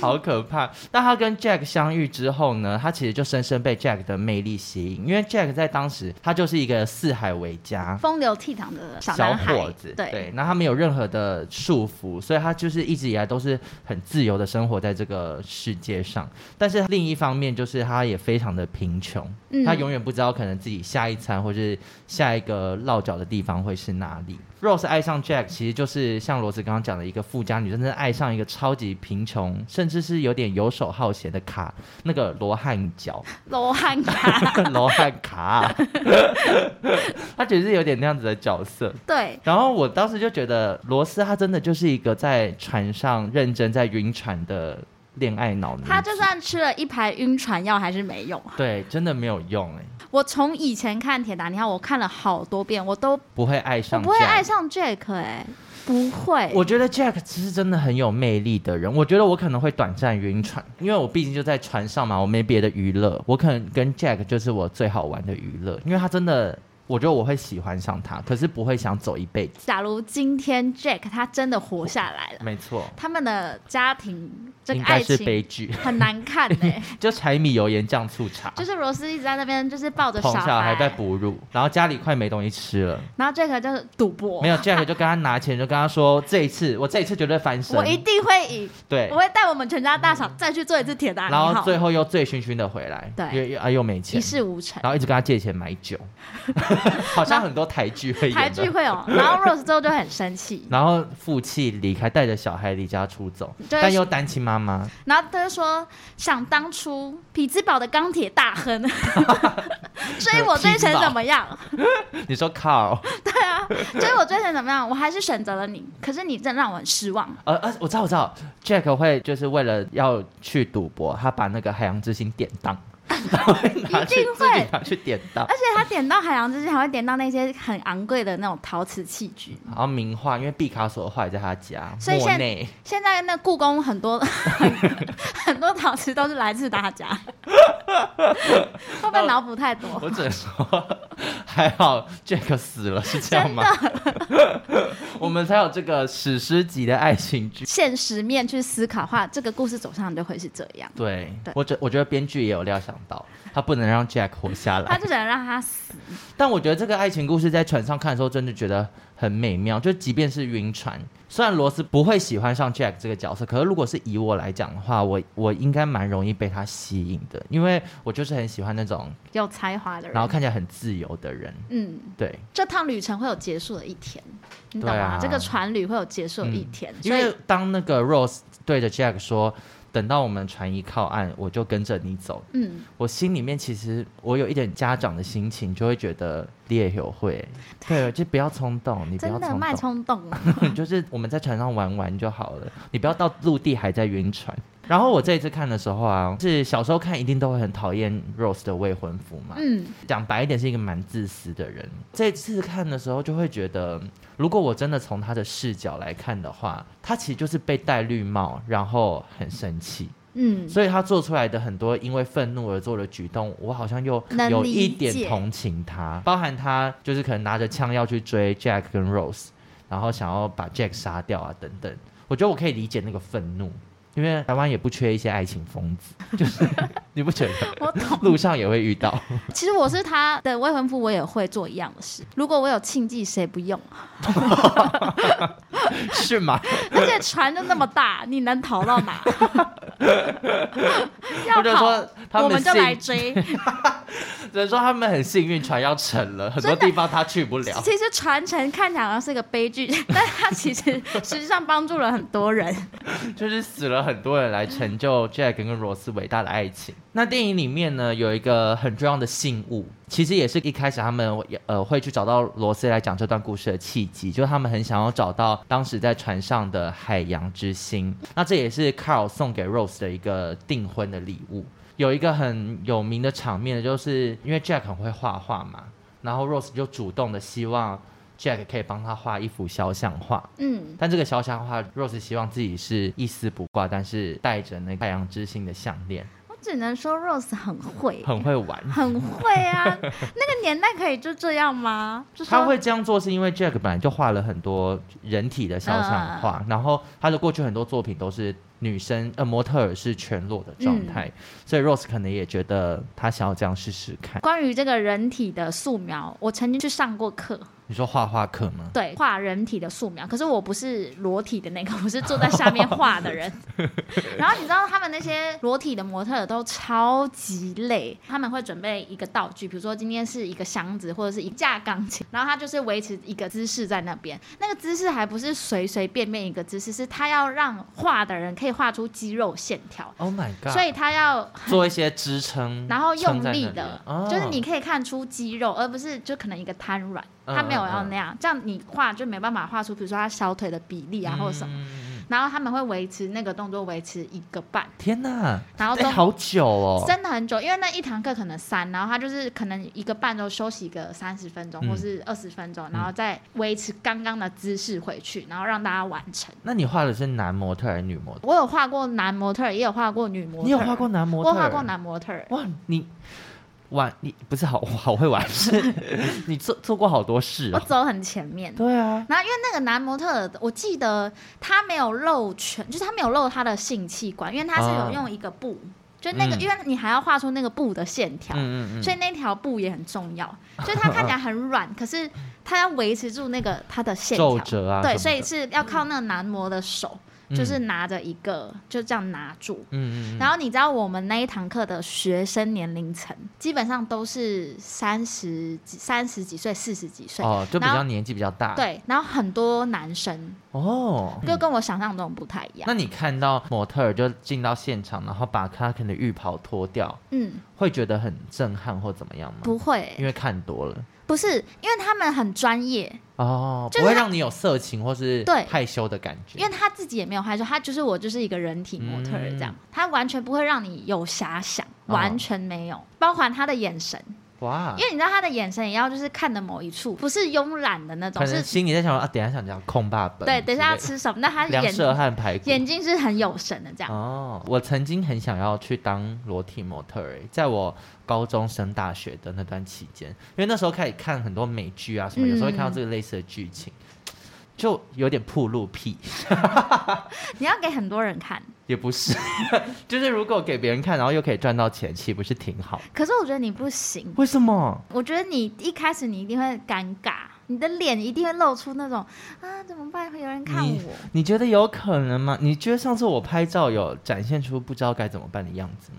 Speaker 2: 好可怕。但他跟 Jack 相遇之后呢，他其实就深深被 Jack 的魅力吸引，因为 Jack 在当时他就是一个四海为家。
Speaker 1: 风流倜傥的小
Speaker 2: 小
Speaker 1: 男孩，
Speaker 2: 伙子，
Speaker 1: 对，
Speaker 2: 对，那他没有任何的束缚，所以他就是一直以来都是很自由的生活在这个世界上。但是另一方面，就是他也非常的贫穷，
Speaker 1: 嗯
Speaker 2: 他永远不知道可能自己下一餐或是下一个落脚的地方会是哪里。Rose 爱上 Jack，其实就是像罗斯刚刚讲的一个富家女，真正爱上一个超级贫穷，甚至是有点游手好闲的卡那个罗汉脚。 <laughs>
Speaker 1: 罗汉卡，
Speaker 2: 罗汉卡，啊 <laughs> 他其实有点那样子的角色。
Speaker 1: 对，
Speaker 2: 然后我当时就觉得罗斯他真的就是一个在船上认真在晕船的恋爱脑女子，
Speaker 1: 他就算吃了一排晕船药还是没用。
Speaker 2: 对真的没有用哎、
Speaker 1: 我从以前看《铁达尼号》，我看了好多遍，我都
Speaker 2: 不会爱
Speaker 1: 我
Speaker 2: 上，
Speaker 1: 不会爱。上 Jack 哎、不会，
Speaker 2: 我觉得 Jack 其实真的很有魅力的人，我觉得我可能会短暂晕船，因为我毕竟就在船上嘛，我没别的娱乐，我可能跟 Jack 就是我最好玩的娱乐，因为他真的，我觉得我会喜欢上他，可是不会想走一辈子。
Speaker 1: 假如今天 Jack 他真的活下来了，
Speaker 2: 没错，
Speaker 1: 他们的家庭这
Speaker 2: 应
Speaker 1: 个
Speaker 2: 该
Speaker 1: 爱
Speaker 2: 是
Speaker 1: 情
Speaker 2: 悲剧。
Speaker 1: 很难看哎、
Speaker 2: 就柴米油盐酱醋茶，
Speaker 1: <laughs> 就是罗斯一直在那边就是抱着
Speaker 2: 从
Speaker 1: 小
Speaker 2: 小
Speaker 1: 孩，
Speaker 2: 还在哺乳，然后家里快没东西吃了，
Speaker 1: 然后 Jack 就是赌博，
Speaker 2: 没有 Jack 就跟他拿钱，就跟他说这一次我这一次绝对翻身
Speaker 1: 我，一定会赢，
Speaker 2: 对
Speaker 1: 我，会带我们全家大小再去做一次铁达尼
Speaker 2: 然后
Speaker 1: 号，
Speaker 2: 最后又醉醺醺的回来，
Speaker 1: 对
Speaker 2: 又又啊又没钱
Speaker 1: 一，事无成。
Speaker 2: 然后一直跟他借钱买
Speaker 1: <laughs>
Speaker 2: 酒，好像很多台剧会演
Speaker 1: 台
Speaker 2: 的
Speaker 1: 剧会哦，然后 Rose 之后就很生气，
Speaker 2: 然后负气离开，带着小孩离家出走，
Speaker 1: 就是
Speaker 2: 但又单亲妈妈，
Speaker 1: 然后他就说：“想当初匹兹堡的钢铁大亨 <laughs> 追我追成怎么样？
Speaker 2: 你说 Carl，
Speaker 1: 对啊，追我追成怎么样？我还是选择了你，可是你真让我很失望。
Speaker 2: 呃呃，我知道我知道，Jack 会就是为了要去赌博，他把那个海洋之心典当， <laughs> 然后会拿去
Speaker 1: 一定
Speaker 2: 自己
Speaker 1: 会
Speaker 2: 拿去典当
Speaker 1: 而。且他点到海洋之前，还会点到那些很昂贵的那种陶瓷器具。
Speaker 2: 然后名画，因为毕卡索的画也在他家，
Speaker 1: 所以
Speaker 2: 莫
Speaker 1: 现
Speaker 2: 内。
Speaker 1: 现在那故宫很多 <laughs> 很多陶瓷都是来自大家，会不会脑补太多？
Speaker 2: 我只能说，还好 Jack 死了，是这样吗？ <laughs> 我们才有这个史诗级的爱情剧。
Speaker 1: 现实面去思考的话，这个故事走向就会是这样。
Speaker 2: 对
Speaker 1: 对
Speaker 2: 我觉我觉得编剧也有料想到，他不能让 Jack 活下
Speaker 1: 他
Speaker 2: 来。
Speaker 1: 就只能让他死。
Speaker 2: 但我觉得这个爱情故事在船上看的时候，真的觉得很美妙。就即便是晕船，虽然罗斯不会喜欢上 Jack 这个角色，可是如果是以我来讲的话，我我应该蛮容易被他吸引的，因为我就是很喜欢那种
Speaker 1: 有才华的人。
Speaker 2: 然后看起来很自由的人。
Speaker 1: 嗯，
Speaker 2: 对，
Speaker 1: 这趟旅程会有结束的一天，你懂吗？
Speaker 2: 对啊嗯
Speaker 1: 这个船旅会有结束的一天，
Speaker 2: 因
Speaker 1: 所以
Speaker 2: 为当那个 Rose 对着 Jack 说：“等到我们船一靠岸，我就跟着你走。”
Speaker 1: 嗯，
Speaker 2: 我心里面其实我有一点家长的心情，就会觉得烈友会，对，就不要冲动，你不要
Speaker 1: 真的
Speaker 2: 冲
Speaker 1: 卖
Speaker 2: 动，
Speaker 1: 冲动了。 <laughs>
Speaker 2: 就是我们在船上玩玩就好了，你不要到陆地还在晕船。然后我这一次看的时候啊，是小时候看一定都会很讨厌 Rose 的未婚夫嘛，
Speaker 1: 嗯，
Speaker 2: 讲白一点是一个蛮自私的人。这次看的时候就会觉得，如果我真的从他的视角来看的话，他其实就是被戴绿帽，然后很生气。
Speaker 1: 嗯，
Speaker 2: 所以他做出来的很多因为愤怒而做的举动，我好像又
Speaker 1: 能
Speaker 2: 有
Speaker 1: 理
Speaker 2: 一点
Speaker 1: 解
Speaker 2: 同情他，包含他就是可能拿着枪要去追 Jack 跟 Rose，然后想要把 Jack 杀掉啊等等。我觉得我可以理解那个愤怒，因为台湾也不缺一些爱情疯子，就是 <laughs> 你不觉得
Speaker 1: 我懂。
Speaker 2: 路上也会遇到？
Speaker 1: 其实我是他的未婚夫，我也会做一样的事。如果我有庆忌，谁不用
Speaker 2: <laughs>
Speaker 1: 啊？
Speaker 2: 是吗？
Speaker 1: 而且船就那么大，你能逃到
Speaker 2: <laughs>
Speaker 1: 哪？要
Speaker 2: 或者说他
Speaker 1: 逃，我
Speaker 2: 们
Speaker 1: 们就
Speaker 2: 信
Speaker 1: 来追。
Speaker 2: <laughs> 只能说他们很幸运，船要沉了，很
Speaker 1: 真
Speaker 2: 多
Speaker 1: 的
Speaker 2: 地方他去不了。
Speaker 1: 其实传承看起来好像是一个悲剧，但它其实实际上帮助了很多人。
Speaker 2: <laughs> 就是死了很多人来成就 Jack 跟罗斯伟大的爱情。那电影里面呢，有一个很重要的信物，其实也是一开始他们呃会去找到罗斯来讲这段故事的契机，就是他们很想要找到当时在船上的海洋之心。那这也是 Carl 送给 Rose 的一个订婚的礼物。有一个很有名的场面，就是因为 Jack 很会画画嘛，然后 Rose 就主动的希望 Jack 可以帮他画一幅肖像画。
Speaker 1: 嗯，
Speaker 2: 但这个肖像画，Rose 希望自己是一丝不挂，但是戴着那个太阳之心的项链，
Speaker 1: 我只能说 Rose 很会，
Speaker 2: 很会玩。
Speaker 1: 很会啊！那个年代可以就这样吗？就说
Speaker 2: 他会这样做是因为 Jack 本来就画了很多人体的肖像画，
Speaker 1: 嗯
Speaker 2: 然后他的过去很多作品都是女生呃模特儿是全裸的状态，
Speaker 1: 嗯
Speaker 2: 所以 Rose 可能也觉得他想要这样试试看。
Speaker 1: 关于这个人体的素描，我曾经去上过课，
Speaker 2: 你说画画课吗？
Speaker 1: 对，画人体的素描。可是我不是裸体的那个， <laughs> 我是坐在下面画的人。 <laughs> 然后你知道他们那些裸体的模特儿都超级累，他们会准备一个道具，比如说今天是一个箱子或者是一架钢琴，然后他就是维持一个姿势在那边。那个姿势还不是随随便便一个姿势，是他要让画的人可以画出肌肉线条，
Speaker 2: ，Oh my god！
Speaker 1: 所以他要
Speaker 2: 做一些支撑，
Speaker 1: 然后
Speaker 2: 撑
Speaker 1: 用
Speaker 2: 嗯在
Speaker 1: 力
Speaker 2: 那里
Speaker 1: 的，
Speaker 2: 哦
Speaker 1: 就是你可以看出肌肉，而不是就可能一个瘫软，
Speaker 2: 嗯
Speaker 1: 他没有要
Speaker 2: 嗯嗯
Speaker 1: 那样，这样你画就没办法画出，比如说他小腿的比例啊或者什么。
Speaker 2: 嗯
Speaker 1: 然后他们会维持那个动作维持一个半，
Speaker 2: 天哪，
Speaker 1: 然后
Speaker 2: 哎
Speaker 1: 中
Speaker 2: 好久哦，
Speaker 1: 真的很久，因为那一堂课可能三，然后他就是可能一个半周休息个三十分钟
Speaker 2: 嗯
Speaker 1: 或是二十分钟，然后再维持刚刚的姿势回去，然后让大家完成。
Speaker 2: 那你画的是男模特还是女模特？
Speaker 1: 我有画过男模特儿，也有画过女模特儿，
Speaker 2: 你有画过男模特？
Speaker 1: 我画过。男模特儿，
Speaker 2: 哇，你玩你不是好好会玩事，
Speaker 1: <laughs>
Speaker 2: 你做做过好多事
Speaker 1: 我
Speaker 2: 哦。
Speaker 1: 走很前面。
Speaker 2: 对啊，
Speaker 1: 然后因为那个男模特，我记得他没有露全，就是他没有露他的性器官，因为他是
Speaker 2: 啊
Speaker 1: 有用一个布，就那个，
Speaker 2: 嗯
Speaker 1: 因为你还要画出那个布的线条，
Speaker 2: 嗯嗯嗯，
Speaker 1: 所以那条布也很重
Speaker 2: <laughs>
Speaker 1: 要。所以他看起来很软，可是他要维持住那个他的线条
Speaker 2: 皱，褶啊什么的，嗯
Speaker 1: 对，所以是要靠那个男模的手，就是拿着一个，就这样拿住。
Speaker 2: 嗯嗯嗯
Speaker 1: 然后你知道我们那一堂课的学生年龄层基本上都是三十几、三十几岁、四十几岁，
Speaker 2: 哦，就比
Speaker 1: 然
Speaker 2: 较
Speaker 1: 后
Speaker 2: 年纪比较大。
Speaker 1: 对，然后很多男生
Speaker 2: 哦，
Speaker 1: 就跟我想象中不太一样。
Speaker 2: 那你看到模特儿就进到现场，然后把他可能浴袍脱掉，
Speaker 1: 嗯，
Speaker 2: 会觉得很震撼或怎么样吗？
Speaker 1: 不
Speaker 2: 因
Speaker 1: 会，
Speaker 2: 为看多了。
Speaker 1: 不是，因为他们很专业，
Speaker 2: 哦，
Speaker 1: 就是
Speaker 2: 不会
Speaker 1: 他
Speaker 2: 让你有色情或是
Speaker 1: 对
Speaker 2: 害羞的感觉，
Speaker 1: 因为他自己也没有害羞，他就是我就是一个人体模特儿这样，他完全不会让你有遐想，
Speaker 2: 嗯哦啊
Speaker 1: 完全没有，包含他的眼神，
Speaker 2: 哇，
Speaker 1: 因为你知道他的眼神也要就是看的某一处，不是慵懒的那种，
Speaker 2: 可能
Speaker 1: 是
Speaker 2: 心里在想说啊，等一下想讲控霸本之类
Speaker 1: 对，
Speaker 2: 的，
Speaker 1: 等一下要吃什么，那他
Speaker 2: 凉
Speaker 1: 眼
Speaker 2: 舍和排骨，
Speaker 1: 眼睛是很有神的这样，
Speaker 2: 哦，我曾经很想要去当裸体模特儿，欸在我高中升大学的那段期间，因为那时候开始看很多美剧啊什么，有时候会看到这个类似的剧情，就有点铺路癖，
Speaker 1: 你要给很多人看。
Speaker 2: 也不是， <laughs> 就是如果给别人看，然后又可以赚到钱，岂不是挺好？
Speaker 1: 可是我觉得你不行，
Speaker 2: 为什么？
Speaker 1: 我觉得你一开始你一定会尴尬，你的脸一定会露出那种啊，怎么办？会有人看
Speaker 2: 你
Speaker 1: 我？
Speaker 2: 你觉得有可能吗？你觉得上次我拍照有展现出不知道该怎么办的样子吗？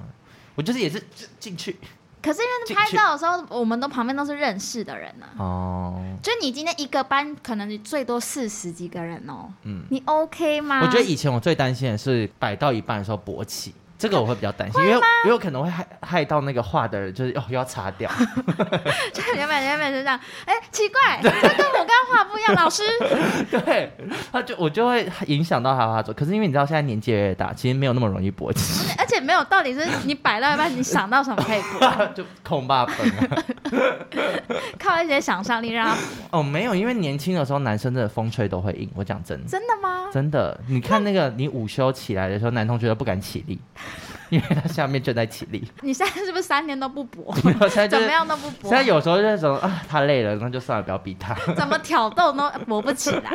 Speaker 2: 我就是也是就进去
Speaker 1: 可是因
Speaker 2: 进
Speaker 1: 为拍
Speaker 2: 去
Speaker 1: 照的时候，我们都旁边都是认识的人啊。
Speaker 2: 哦，
Speaker 1: 就你今天一个班，可能你最多四十几个人哦，
Speaker 2: 嗯。
Speaker 1: 你 OK 吗？
Speaker 2: 我觉得以前我最担心的是摆到一半的时候勃起，这个我会比较担心，因为因为我可能会害害到那个画的人，就是哦又要擦
Speaker 1: <laughs>
Speaker 2: 掉。
Speaker 1: <laughs> 就原本原本是这样，哎、奇怪， <laughs> 这跟我刚画不一样，老师。 <laughs>
Speaker 2: 对，他就我就会影响到他画作。可是因为你知道现在年纪越来越大，其实没有那么容易勃起， <laughs>
Speaker 1: 而且没有道理，是你摆到一半，你想到什么可以补，
Speaker 2: 就空霸本
Speaker 1: <laughs>
Speaker 2: 啊。
Speaker 1: 靠一些想象力让它
Speaker 2: 哦，没有，因为年轻的时候男生真的风吹都会硬，我讲真的。
Speaker 1: 真的吗？
Speaker 2: 真的，你看那个，你午休起来的时候，男同学都不敢起立， <laughs> 因为他下面正在起
Speaker 1: <laughs>
Speaker 2: 立。
Speaker 1: 你现在是不是三天都不补？
Speaker 2: 然后现在就
Speaker 1: 怎
Speaker 2: 是
Speaker 1: 么，样都不补
Speaker 2: 现？在有时候就是说啊，他累了，那就算了，不要逼他。
Speaker 1: 怎么挑逗 <laughs> 都勃不起
Speaker 2: <laughs>
Speaker 1: 来？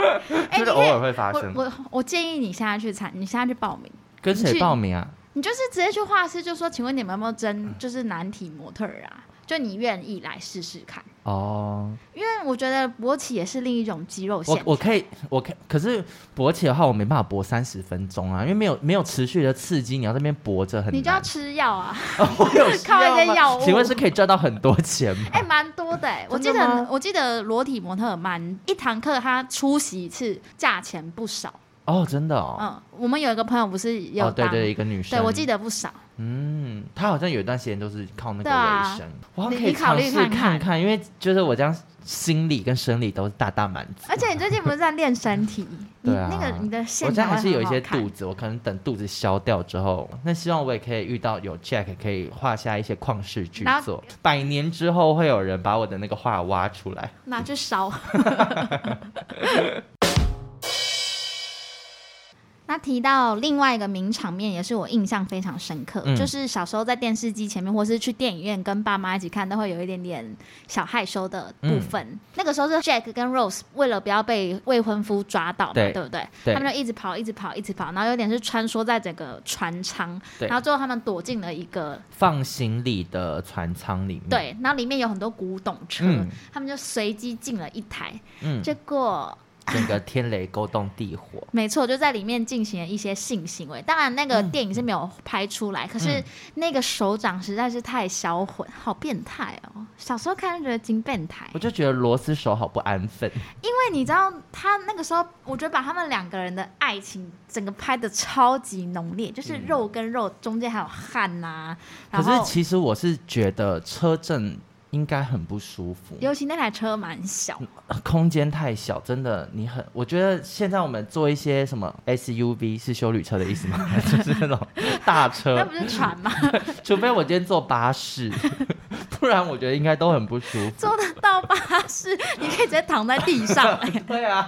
Speaker 1: 哎、
Speaker 2: 就
Speaker 1: 你
Speaker 2: 是
Speaker 1: 可
Speaker 2: 偶
Speaker 1: 以，
Speaker 2: 尔会发
Speaker 1: 我
Speaker 2: 生。
Speaker 1: 我我建议你现在去参，你现在去报名，
Speaker 2: 跟谁
Speaker 1: 去
Speaker 2: 报名啊？
Speaker 1: 你就是直接去画室就说，请问你们有没有
Speaker 2: 嗯
Speaker 1: 真就是难题模特儿啊？就你愿意来试试看，
Speaker 2: 哦，
Speaker 1: 因为我觉得勃起也是另一种肌肉线
Speaker 2: 我
Speaker 1: 条。
Speaker 2: 我可以，我可以可是勃起的话，我没办法勃三十分钟啊，因为没有没有持续的刺激，你要在那边勃着很难。 <laughs>
Speaker 1: 你就要吃药啊，
Speaker 2: 我有需
Speaker 1: 靠一些
Speaker 2: 要吗
Speaker 1: 药物
Speaker 2: 请问是可以赚到很多钱吗？
Speaker 1: 哎、蛮多的哎、我记
Speaker 2: 真的吗
Speaker 1: 得我记得裸体模特儿蛮一堂课，他出席一次，价钱不少。
Speaker 2: 哦，真的哦。
Speaker 1: 嗯，我们有一个朋友不是也有
Speaker 2: 哦，对
Speaker 1: 当
Speaker 2: 对，一个女生，
Speaker 1: 对我记得不少。
Speaker 2: 嗯，他好像有一段时间都是靠那个
Speaker 1: 对啊
Speaker 2: 为生，我好像
Speaker 1: 你
Speaker 2: 可以
Speaker 1: 你考
Speaker 2: 尝
Speaker 1: 虑
Speaker 2: 试
Speaker 1: 看
Speaker 2: 看
Speaker 1: 看
Speaker 2: 看，因为就是我这样心理跟生理都是大大满足。
Speaker 1: 而且你最近不是在练身体，你
Speaker 2: 对啊
Speaker 1: 那个你的
Speaker 2: 我
Speaker 1: 线
Speaker 2: 现在
Speaker 1: 条
Speaker 2: 还是
Speaker 1: 会
Speaker 2: 有一
Speaker 1: 很好
Speaker 2: 些
Speaker 1: 看
Speaker 2: 肚子，我可能等肚子消掉之后，那希望我也可以遇到有 Jack 可以画下一些旷世巨
Speaker 1: 然后
Speaker 2: 作。百年之后会有人把我的那个画挖出来。
Speaker 1: 拿去
Speaker 2: <laughs>
Speaker 1: 烧。那提到另外一个名场面，也是我印象非常深刻，
Speaker 2: 嗯
Speaker 1: 就是小时候在电视机前面，或是去电影院跟爸妈一起看，都会有一点点小害羞的部分。
Speaker 2: 嗯
Speaker 1: 那个时候是 Jack 跟 Rose 为了不要被未婚夫抓到嘛，
Speaker 2: 对
Speaker 1: 对不对？
Speaker 2: 对
Speaker 1: 他们就一直跑，一直跑，一直跑，然后有点是穿梭在整个船舱，
Speaker 2: 对
Speaker 1: 然后最后他们躲进了一个
Speaker 2: 放行李的船舱里面，，
Speaker 1: 对，然后里面有很多古董车，
Speaker 2: 嗯
Speaker 1: 他们就随机进了一台，
Speaker 2: 嗯，
Speaker 1: 结果
Speaker 2: 整个天雷勾动地火。
Speaker 1: 没错，就在里面进行了一些性行为。当然，那个
Speaker 2: 嗯
Speaker 1: 电影是没有拍出来，可是那个手掌实在是太销魂，好变态哦！小时候看就觉得金变态，
Speaker 2: 我就觉得螺丝手好不安分，
Speaker 1: 因为你知道他那个时候，我觉得把他们两个人的爱情整个拍的超级浓烈，就是肉跟肉中间还有汗呐、
Speaker 2: 嗯可
Speaker 1: 然
Speaker 2: 是
Speaker 1: 后
Speaker 2: 其实我是觉得车震应该很不舒服，
Speaker 1: 尤其那台车蛮小，
Speaker 2: 空间太小，真的你很，我觉得现在我们做一些什么 SUV 是修旅车的意思吗？ <laughs> 就是那种
Speaker 1: 那
Speaker 2: 大车
Speaker 1: 不，是船吗？
Speaker 2: 除非我今天坐巴 <laughs> 士，不然我觉得应该都很不舒服。
Speaker 1: 坐得到巴士，你可以直接躺在地上、 <laughs> 哎
Speaker 2: 对啊，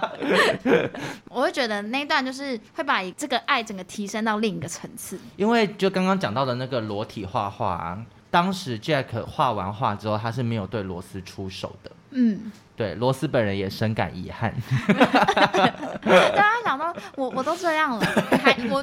Speaker 1: 我会觉得那一段就是会把这个爱整个提升到另一个层次。
Speaker 2: 因为就刚刚讲到的那个裸体画画、啊，当时 Jack 画完画之后，他是没有对罗斯出手的。
Speaker 1: 嗯，
Speaker 2: 对，罗斯本人也深感遗憾。
Speaker 1: 对啊，想到我我都这样了，还我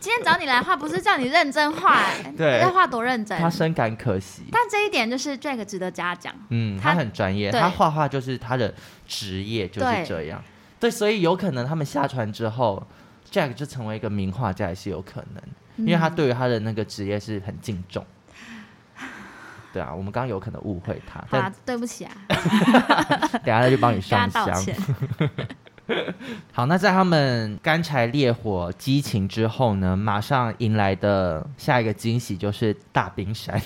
Speaker 1: 今天找你来画，不是叫你认真画、哎
Speaker 2: 对
Speaker 1: 要画多认真。
Speaker 2: 他深感可惜。
Speaker 1: 但这一点就是 Jack 值得嘉奖。
Speaker 2: 嗯，他
Speaker 1: 他
Speaker 2: 很专业，
Speaker 1: 对
Speaker 2: 他画画就是他的职业就是
Speaker 1: 对
Speaker 2: 这样。对，所以有可能他们下船之后，Jack 就成为一个名画家也是有可能，
Speaker 1: 嗯
Speaker 2: 因为他对于他的那个职业是很敬重。对啊，我们刚刚有可能误会他，
Speaker 1: 好
Speaker 2: 但
Speaker 1: 啦，对不
Speaker 2: <laughs>
Speaker 1: 起啊，
Speaker 2: 等一下他就帮你
Speaker 1: 跟他
Speaker 2: 上
Speaker 1: 道
Speaker 2: 香。
Speaker 1: 歉。
Speaker 2: 好，那在他们干柴烈火激情之后呢，马上迎来的下一个惊喜就是大冰山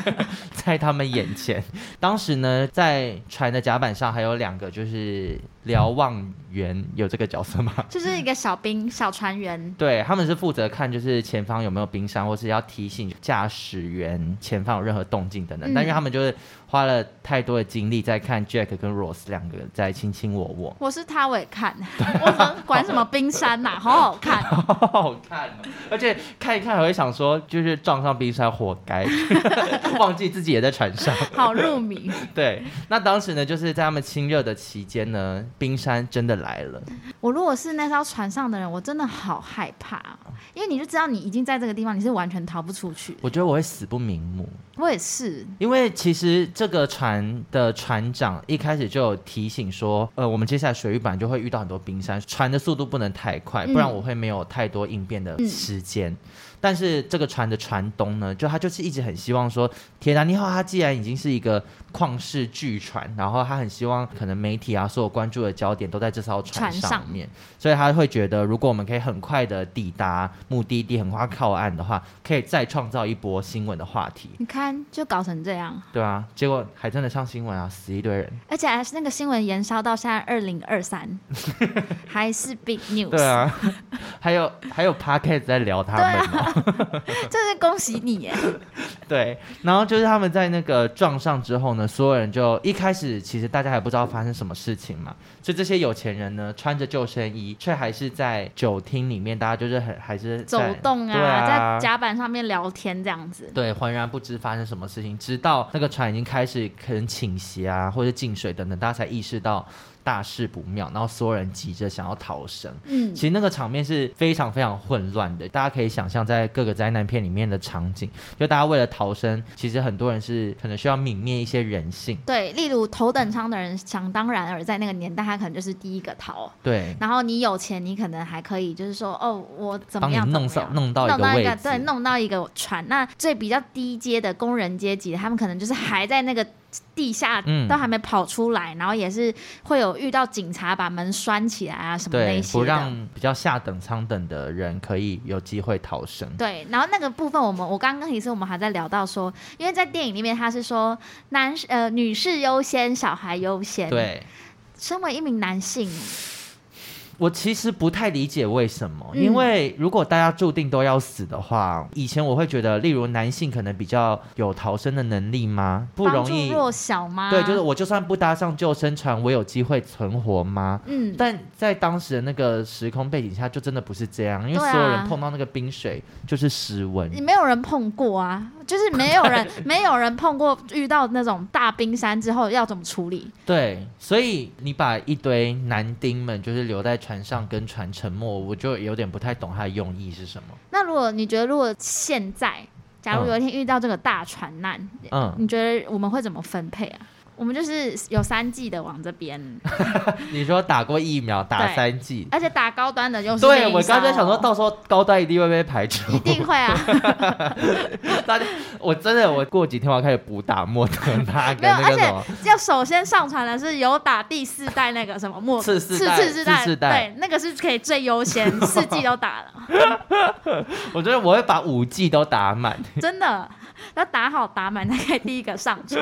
Speaker 2: <laughs> 在他们眼前。当时呢，在船的甲板上还有两个就是瞭望员，有这个角色吗？ <laughs>
Speaker 1: 就是一个小兵、小船员，
Speaker 2: 对，他们是负责看就是前方有没有冰山，或是要提醒驾驶员前方有任何动静等等。
Speaker 1: 嗯
Speaker 2: 但因为他们就是花了太多的精力在看 Jack 跟 Rose 两个在卿卿我我，
Speaker 1: 我是他我也看，我怎管什么冰山呐、好好看。
Speaker 2: 好好看哦，而且看一看还会想说，就是撞上冰山活该， <laughs> 忘记自己也在船上。
Speaker 1: 好入迷，
Speaker 2: 对，那当时呢，就是在他们亲热的期间呢，冰山真的来了。
Speaker 1: 我如果是那艘船上的人，我真的好害怕哦、因为你就知道你已经在这个地方，你是完全逃不出去。
Speaker 2: 我觉得我会死不瞑目，
Speaker 1: 我也是，
Speaker 2: 因为其实这个船的船长一开始就有提醒说，呃，我们接下来水域版就会遇到很多冰山，船的速度不能太快，
Speaker 1: 嗯
Speaker 2: 不然我会没有太多应变的时间。但是这个船的船东呢，就他就是一直很希望说，铁达尼号它既然已经是一个旷世巨船，然后他很希望可能媒体啊所有关注的焦点都在这艘船
Speaker 1: 船
Speaker 2: 上
Speaker 1: 上
Speaker 2: 面，所以他会觉得，如果我们可以很快的抵达目的地，很快靠岸的话，可以再创造一波新闻的话题。
Speaker 1: 你看就搞成这样，
Speaker 2: 对啊，结果还真的上新闻啊，死一堆人。
Speaker 1: 而且还是那个新闻延烧到现在二零二三，还是 big news。
Speaker 2: 对，啊， <laughs> 还有还有 p o d c a s t 在聊他
Speaker 1: 对
Speaker 2: 们、
Speaker 1: 啊， <laughs> 真是恭喜你耶！
Speaker 2: <laughs> 对，然后就是他们在那个撞上之后呢，所有人就一开始其实大家还不知道发生什么事情嘛，所以这些有钱人呢穿着救生衣，却还是在酒厅里面，大家就是很还是
Speaker 1: 走
Speaker 2: 在
Speaker 1: 动
Speaker 2: 对
Speaker 1: 啊，
Speaker 2: 啊
Speaker 1: 在甲板上面聊天这样子。
Speaker 2: 对，浑然不知发生什么事情，直到那个船已经开始可能倾斜啊，或者进水等等，大家才意识到大事不妙，然后所有人急着想要逃生。
Speaker 1: 嗯
Speaker 2: 其，实那个场面是非常非常混乱的，大家可以想象在各个灾难片里面的场景，就大家为了逃生，其实很多人是可能需要泯灭一些人性，
Speaker 1: 对，例如头等舱的人，想当然而在那个年代，他可能就是第一个逃。
Speaker 2: 对。
Speaker 1: 然后你有钱，你可能还可以，就是说，哦，我怎么
Speaker 2: 帮你
Speaker 1: 样
Speaker 2: 弄
Speaker 1: 怎么
Speaker 2: 上
Speaker 1: 样
Speaker 2: 弄到一
Speaker 1: 弄
Speaker 2: 个
Speaker 1: 到
Speaker 2: 位
Speaker 1: 一个
Speaker 2: 置，
Speaker 1: 对，弄到一个船。那最比较低阶的工人阶级，他们可能就是还在那个地下，
Speaker 2: 嗯
Speaker 1: 都还没跑出来，然后也是会有遇到警察把门拴起来啊什么那
Speaker 2: 对，
Speaker 1: 些
Speaker 2: 不
Speaker 1: 的。
Speaker 2: 让比较下等舱等的人可以有机会逃生。
Speaker 1: 对，然后那个部分，我们我刚刚其实我们还在聊到说，因为在电影里面他是说男士呃女士优先，小孩优先。，
Speaker 2: 对
Speaker 1: 身为一名男性，
Speaker 2: 我其实不太理解为什么，
Speaker 1: 嗯
Speaker 2: 因为如果大家注定都要死的话，以前我会觉得，例如男性可能比较有逃生的能力吗？不
Speaker 1: 帮
Speaker 2: 容
Speaker 1: 助
Speaker 2: 易。
Speaker 1: 弱小吗？
Speaker 2: 对，就是我就算不搭上救生船，我有机会存活吗？
Speaker 1: 嗯，
Speaker 2: 但在当时的那个时空背景下，就真的不是这样，因为
Speaker 1: 对啊嗯
Speaker 2: 所有人碰到那个冰水就是湿温。
Speaker 1: 没有人碰过啊，就是没有
Speaker 2: <laughs>
Speaker 1: 人没有人碰过，遇到那种大冰山之后要怎么处理？
Speaker 2: 对，所以你把一堆男丁们就是留在船上跟船沉没，我就有点不太懂它的用意是什么。
Speaker 1: 那如果你觉得，如果现在，假如
Speaker 2: 嗯
Speaker 1: 有一天遇到这个大船难，
Speaker 2: 嗯，
Speaker 1: 你觉得我们会怎么分配啊？我们就是有三季的往这
Speaker 2: <laughs>
Speaker 1: 边，
Speaker 2: 你说打过疫苗打
Speaker 1: 对
Speaker 2: 三剂，
Speaker 1: 而且打高端的又是
Speaker 2: 对
Speaker 1: 另一
Speaker 2: 我刚才
Speaker 1: 艘
Speaker 2: 想说到时候高端一定会被排除
Speaker 1: 哦 <laughs> 一，
Speaker 2: <laughs>
Speaker 1: 定会啊，
Speaker 2: 大家我真的我过几天我要开始补打莫德纳跟
Speaker 1: 没有，
Speaker 2: 那
Speaker 1: 而
Speaker 2: 个什么。
Speaker 1: 且要首先上传的是有打第四代那个什么末
Speaker 2: 次世代
Speaker 1: 次世代
Speaker 2: 次世代
Speaker 1: 对，那个是可以最优先，
Speaker 2: <laughs>
Speaker 1: 四季都打了，
Speaker 2: 我觉得我会把五 G 都打满，
Speaker 1: 真的要打好打满才可以第一个上场。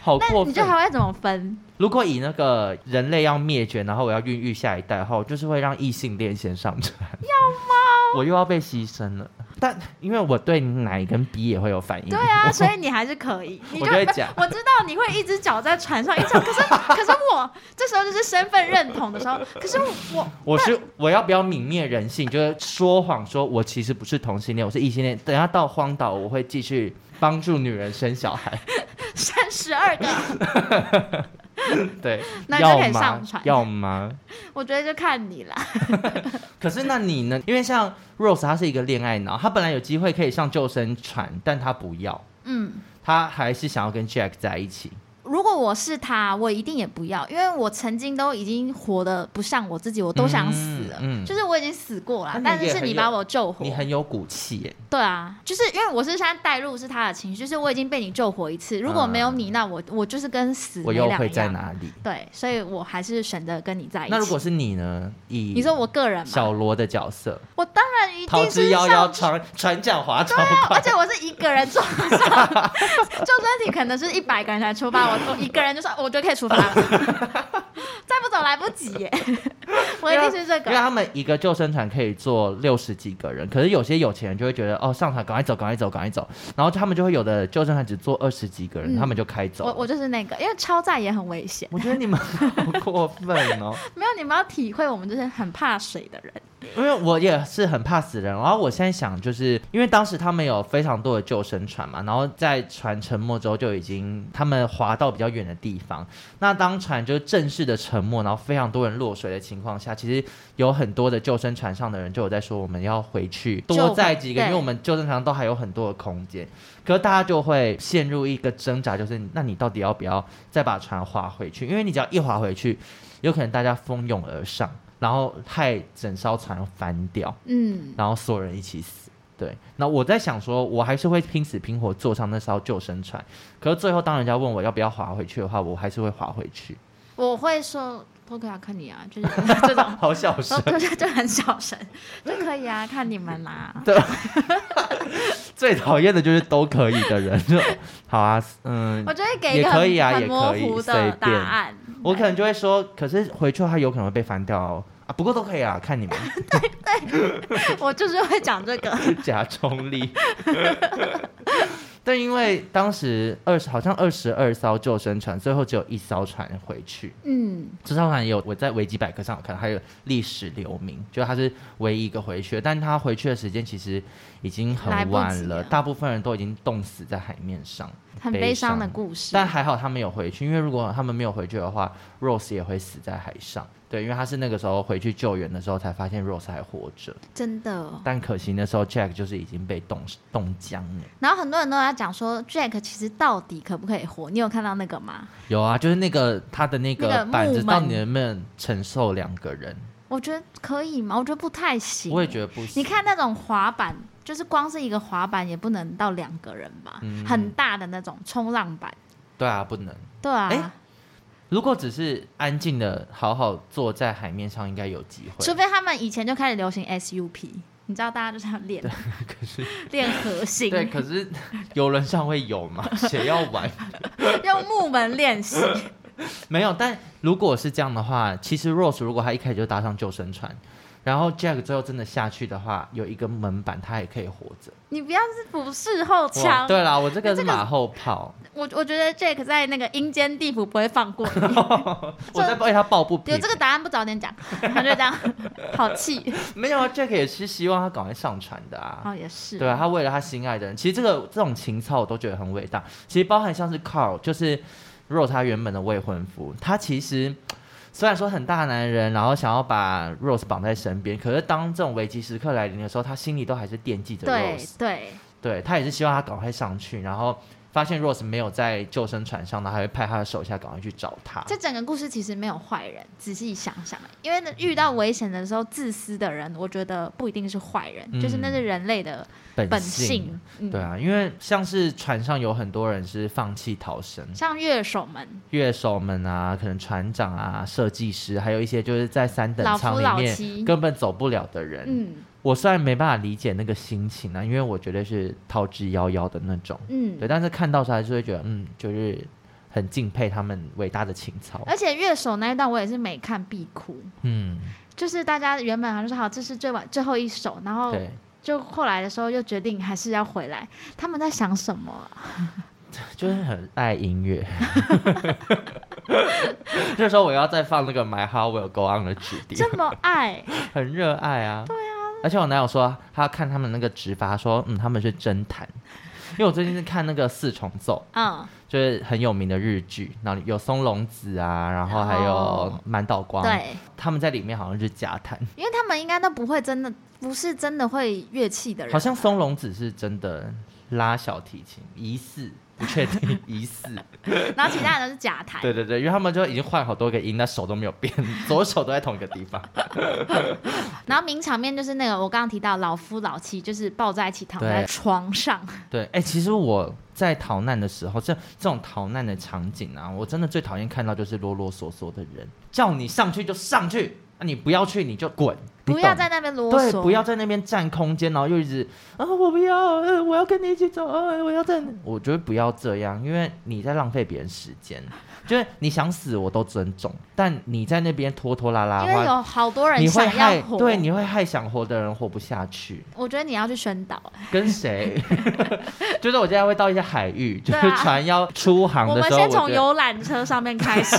Speaker 2: 好过
Speaker 1: 那
Speaker 2: 分。
Speaker 1: 你就还会怎么分？
Speaker 2: 如果以那个人类要灭绝，然后我要孕育下一代后，就是会让异性恋先上船，要吗？我又要被牺牲了。但因为我对奶跟 B 也会有反应，
Speaker 1: 对啊，所以你还是可以，你
Speaker 2: 嗯
Speaker 1: 就
Speaker 2: 我就会讲
Speaker 1: 我知道你会一只脚在船上，一只脚
Speaker 2: <laughs>
Speaker 1: 可是可是我这时候就是身份认同的时候，可是我
Speaker 2: 我是我要不要泯灭人性？就是说谎，说我其实不是同性恋，我是异性恋。等下到荒岛，我会继续帮助女人生小
Speaker 1: <laughs>
Speaker 2: 孩。
Speaker 1: 三十二个，
Speaker 2: 对，
Speaker 1: 那你就
Speaker 2: 要
Speaker 1: 可以
Speaker 2: 吗
Speaker 1: 上？船
Speaker 2: 要吗？
Speaker 1: 我觉得就看你啦。
Speaker 2: 可是那你呢？因为像 Rose，她是一个恋爱脑，她本来有机会可以上救生船，但她不要，
Speaker 1: 嗯，
Speaker 2: 她还是想要跟 Jack 在一起。
Speaker 1: 如果我是他，我一定也不要，因为我曾经都已经活得不像我自己，我都想死了。
Speaker 2: 嗯嗯
Speaker 1: 就是我已经死过了，
Speaker 2: 那
Speaker 1: 但
Speaker 2: 你
Speaker 1: 是
Speaker 2: 也
Speaker 1: 是
Speaker 2: 很
Speaker 1: 你
Speaker 2: 有
Speaker 1: 把我救活
Speaker 2: 你，很有骨气耶，
Speaker 1: 对啊，就是因为我是现在带入是他的情绪，就是我已经被你救活一次，如果没有你，那我我就是跟死
Speaker 2: 嗯我
Speaker 1: 没
Speaker 2: 又
Speaker 1: 两
Speaker 2: 会在
Speaker 1: 样
Speaker 2: 哪里？
Speaker 1: 对，所以我还是选择跟你在一起。
Speaker 2: 那如果是你呢？以
Speaker 1: 你说我个人嘛，
Speaker 2: 小罗的角色，
Speaker 1: 我当然一
Speaker 2: 逃
Speaker 1: 定
Speaker 2: 之
Speaker 1: 是
Speaker 2: 夭
Speaker 1: 上
Speaker 2: 夭，船船长划
Speaker 1: <laughs>
Speaker 2: 超
Speaker 1: 而
Speaker 2: 快，
Speaker 1: 且我是一个人坐上，救生艇可能是一百个人才出发，我我一个人就说我就可以出发了，
Speaker 2: <laughs>
Speaker 1: 再不走来不及耶， <laughs> 我一定是这
Speaker 2: 因为
Speaker 1: 个。
Speaker 2: 他们一个救生船可以坐六十几个人，可是有些有钱人就会觉得哦，上船赶快走，赶快走，赶快走，然后他们就会有的救生船只坐二十几个人，
Speaker 1: 嗯
Speaker 2: 他们就开走
Speaker 1: 我
Speaker 2: 了。
Speaker 1: 我就是那个，因为超载也很危险。
Speaker 2: 我觉得你们好过分哦！
Speaker 1: <laughs>
Speaker 2: <laughs>
Speaker 1: 没有，你们要体会我们就是很怕水的人。
Speaker 2: 因为我也是很怕死人，然后我现在想，就是因为当时他们有非常多的救生船嘛，然后在船沉没之后就已经他们划到比较远的地方。那当船就正式的沉没，然后非常多人落水的情况下，其实有很多的救生船上的人就有在说，我们要回去多载几个，
Speaker 1: 对
Speaker 2: 因为我们救生船上都还有很多的空间。可是大家就会陷入一个挣扎，就是那你到底要不要再把船划回去？因为你只要一划回去，有可能大家蜂拥而上，然后害整艘船翻掉，
Speaker 1: 嗯，
Speaker 2: 然后所有人一起死。对，那我在想说，我还是会拼死拼活坐上那艘救生船。可是最后，当人家问我要不要划回去的话，我还是会划回去。
Speaker 1: 我会说都可以啊，看你啊，就是这种，
Speaker 2: 好 <laughs> 小
Speaker 1: 都
Speaker 2: 声，
Speaker 1: <laughs> 就是就很小声，就可以啊，看你们啦。
Speaker 2: 最讨厌的就是都可以的人。 <laughs> 就好啊，嗯
Speaker 1: 我，就会给一
Speaker 2: 也
Speaker 1: 个
Speaker 2: 可以
Speaker 1: 很,、
Speaker 2: 啊也
Speaker 1: 很模
Speaker 2: 可以
Speaker 1: 糊
Speaker 2: 随
Speaker 1: 的答
Speaker 2: 便
Speaker 1: 案。 <laughs>
Speaker 2: 我可能就会说，可是回去的话有可能会被翻掉哦。啊，不过都可以啊，看你们
Speaker 1: 我就是会讲这个，
Speaker 2: <laughs> 假中立。但因为当时二十好像二十二艘救生船，最后只有一艘船回去。
Speaker 1: 嗯，
Speaker 2: 这艘船也有我在维基百科上有看，还有历史留名，就它是唯一一个回去的，但它回去的时间其实已经很
Speaker 1: 来不及
Speaker 2: 晚了，
Speaker 1: 了
Speaker 2: 大部分人都已经冻死在海面上。
Speaker 1: 很
Speaker 2: 悲
Speaker 1: 悲伤的
Speaker 2: 伤
Speaker 1: 故事。
Speaker 2: 但还好他们有回去，因为如果他们没有回去的话，Rose 也会死在海上。对，因为他是那个时候回去救援的时候才发现 Rose 还活着，
Speaker 1: 真的，
Speaker 2: 但可惜那时候 Jack 就是已经被冻冻僵了。
Speaker 1: 然后很多人都在讲说，Jack 其实到底可不可以活？你有看到那个吗？
Speaker 2: 有啊，就是那个他的
Speaker 1: 那
Speaker 2: 那个
Speaker 1: 个
Speaker 2: 板子
Speaker 1: 木门
Speaker 2: 到底能不能承受两个人？
Speaker 1: 我觉得可以吗？我觉得不太行。
Speaker 2: 我也觉得不行。
Speaker 1: 你看那种滑板，就是光是一个滑板也不能到两个人吧，
Speaker 2: 嗯
Speaker 1: 很大的那种冲浪板。
Speaker 2: 对啊，不能。
Speaker 1: 对啊，
Speaker 2: 哎如果只是安静的好好坐在海面上，应该有机会。
Speaker 1: 除非他们以前就开始流行 SUP，你知道大家就这样练，练核心，
Speaker 2: 对，可是游轮上会
Speaker 1: <laughs>
Speaker 2: 有吗？谁要玩？
Speaker 1: 用木门练习。
Speaker 2: 没有，但如果是这样的话，其实 Rose 如果他一开始就搭上救生船，然后 Jack 最后真的下去的话，有一个门板，他也可以活
Speaker 1: <laughs>
Speaker 2: 着。
Speaker 1: 你不要是不事后
Speaker 2: 哇
Speaker 1: 枪，
Speaker 2: 对啦，我这个
Speaker 1: 这
Speaker 2: 是
Speaker 1: 个
Speaker 2: 马后炮，
Speaker 1: 我我觉得 Jack 在那个阴间地府不会放过
Speaker 2: <laughs>
Speaker 1: 你。
Speaker 2: 我在为他抱不
Speaker 1: 哎有
Speaker 2: 平。
Speaker 1: 这个答案不早点讲，他就这样， <laughs> 好气。
Speaker 2: 没有啊，Jack 也是希望他赶快上船的啊。
Speaker 1: 哦，也是。
Speaker 2: 对啊，他为了他心爱的人，其实这个这种情操我都觉得很伟大。其实包含像是 Carl，就是 Rose 他原本的未婚夫，他其实虽然说很大男人，然后想要把 Rose 绑在身边，可是当这种危机时刻来临的时候，他心里都还是惦记着
Speaker 1: 对
Speaker 2: Rose，
Speaker 1: 对
Speaker 2: 对他也是希望他赶快上去，然后发现 Rose 没有在救生船上，然后还会派他的手下赶快去找他。
Speaker 1: 这整个故事其实没有坏人，仔细想想，因为呢遇到危险的时候，自私的人，我觉得不一定是坏人，
Speaker 2: 嗯
Speaker 1: 就是那是人类的
Speaker 2: 本
Speaker 1: 本性。嗯
Speaker 2: 对，啊，因为像是船上有很多人是放弃逃生，
Speaker 1: 嗯像乐手们，
Speaker 2: 乐手们啊，可能船长啊、设计师，还有一些就是在三等
Speaker 1: 老夫
Speaker 2: 舱里
Speaker 1: 老
Speaker 2: 面
Speaker 1: 妻
Speaker 2: 根本走不了的人。
Speaker 1: 嗯
Speaker 2: 我虽然没办法理解那个心情啊，因为我觉得是逃之夭夭的那种，对，
Speaker 1: 嗯，
Speaker 2: 但是看到时还是会觉得，嗯，就是很敬佩他们伟大的情操。
Speaker 1: 而且乐手那一段我也是每看必哭，
Speaker 2: 嗯，
Speaker 1: 就是大家原本好像说好这是最晚最后一首，然后
Speaker 2: 对，
Speaker 1: 就后来的时候又决定还是要回来，他们在想什么
Speaker 2: <laughs>
Speaker 1: 啊、
Speaker 2: 就是很爱音乐。 <laughs> 这时候我要再放那个《My Heart Will Go On》的主题，
Speaker 1: 这么爱，
Speaker 2: 很热爱啊。对啊。而且我男友说，他看他们那个指法，他说嗯，他们是真弹。因为我最近是看那个四重奏， <laughs>
Speaker 1: 嗯，
Speaker 2: 就是很有名的日剧，然后有松隆子啊，然后还有
Speaker 1: 哦
Speaker 2: 满岛光，，
Speaker 1: 对，哎
Speaker 2: 他们在里面好像是假弹，
Speaker 1: 因为他们应该都不会真的，不是真的会乐器的人，
Speaker 2: 好像松隆子是真的拉小提琴，疑似不确定，疑似，
Speaker 1: 然后其他人都是假弹，
Speaker 2: 对对对，因为他们就已经换好多个音，但手都没有变，左手都在同一个地方，
Speaker 1: 然后名场面就是那个我刚刚提到老夫老妻，就是抱在一起躺在
Speaker 2: 对
Speaker 1: 床上，
Speaker 2: 对，哎、其实我在逃难的时候，这这种逃难的场景啊，我真的最讨厌看到就是啰啰嗦嗦的人，叫你上去就上去，啊，你不要去你就滚，你
Speaker 1: 不要
Speaker 2: 懂
Speaker 1: 在那边啰
Speaker 2: 对，
Speaker 1: 嗦，
Speaker 2: 不要在那边占空间，然后又一直啊，我不要，呃我要跟你一起走，呃我要在那，我觉得不要这样，因为你在浪费别人时间。就是你想死我都尊重，但你在那边拖拖拉拉
Speaker 1: 因
Speaker 2: 的
Speaker 1: 为
Speaker 2: 话，
Speaker 1: 有好多人
Speaker 2: 你会
Speaker 1: 想
Speaker 2: 害
Speaker 1: 要活，
Speaker 2: 对，你会害想活的人活不下去。
Speaker 1: 我觉得你要去宣导，
Speaker 2: 跟谁？ <laughs> 就是我现在会到一些海域，就
Speaker 1: 对啊
Speaker 2: 是船要出航
Speaker 1: 我
Speaker 2: 的
Speaker 1: 们
Speaker 2: 时候，
Speaker 1: 先
Speaker 2: 我
Speaker 1: 从
Speaker 2: 觉得 <laughs>
Speaker 1: 游览车上面开始，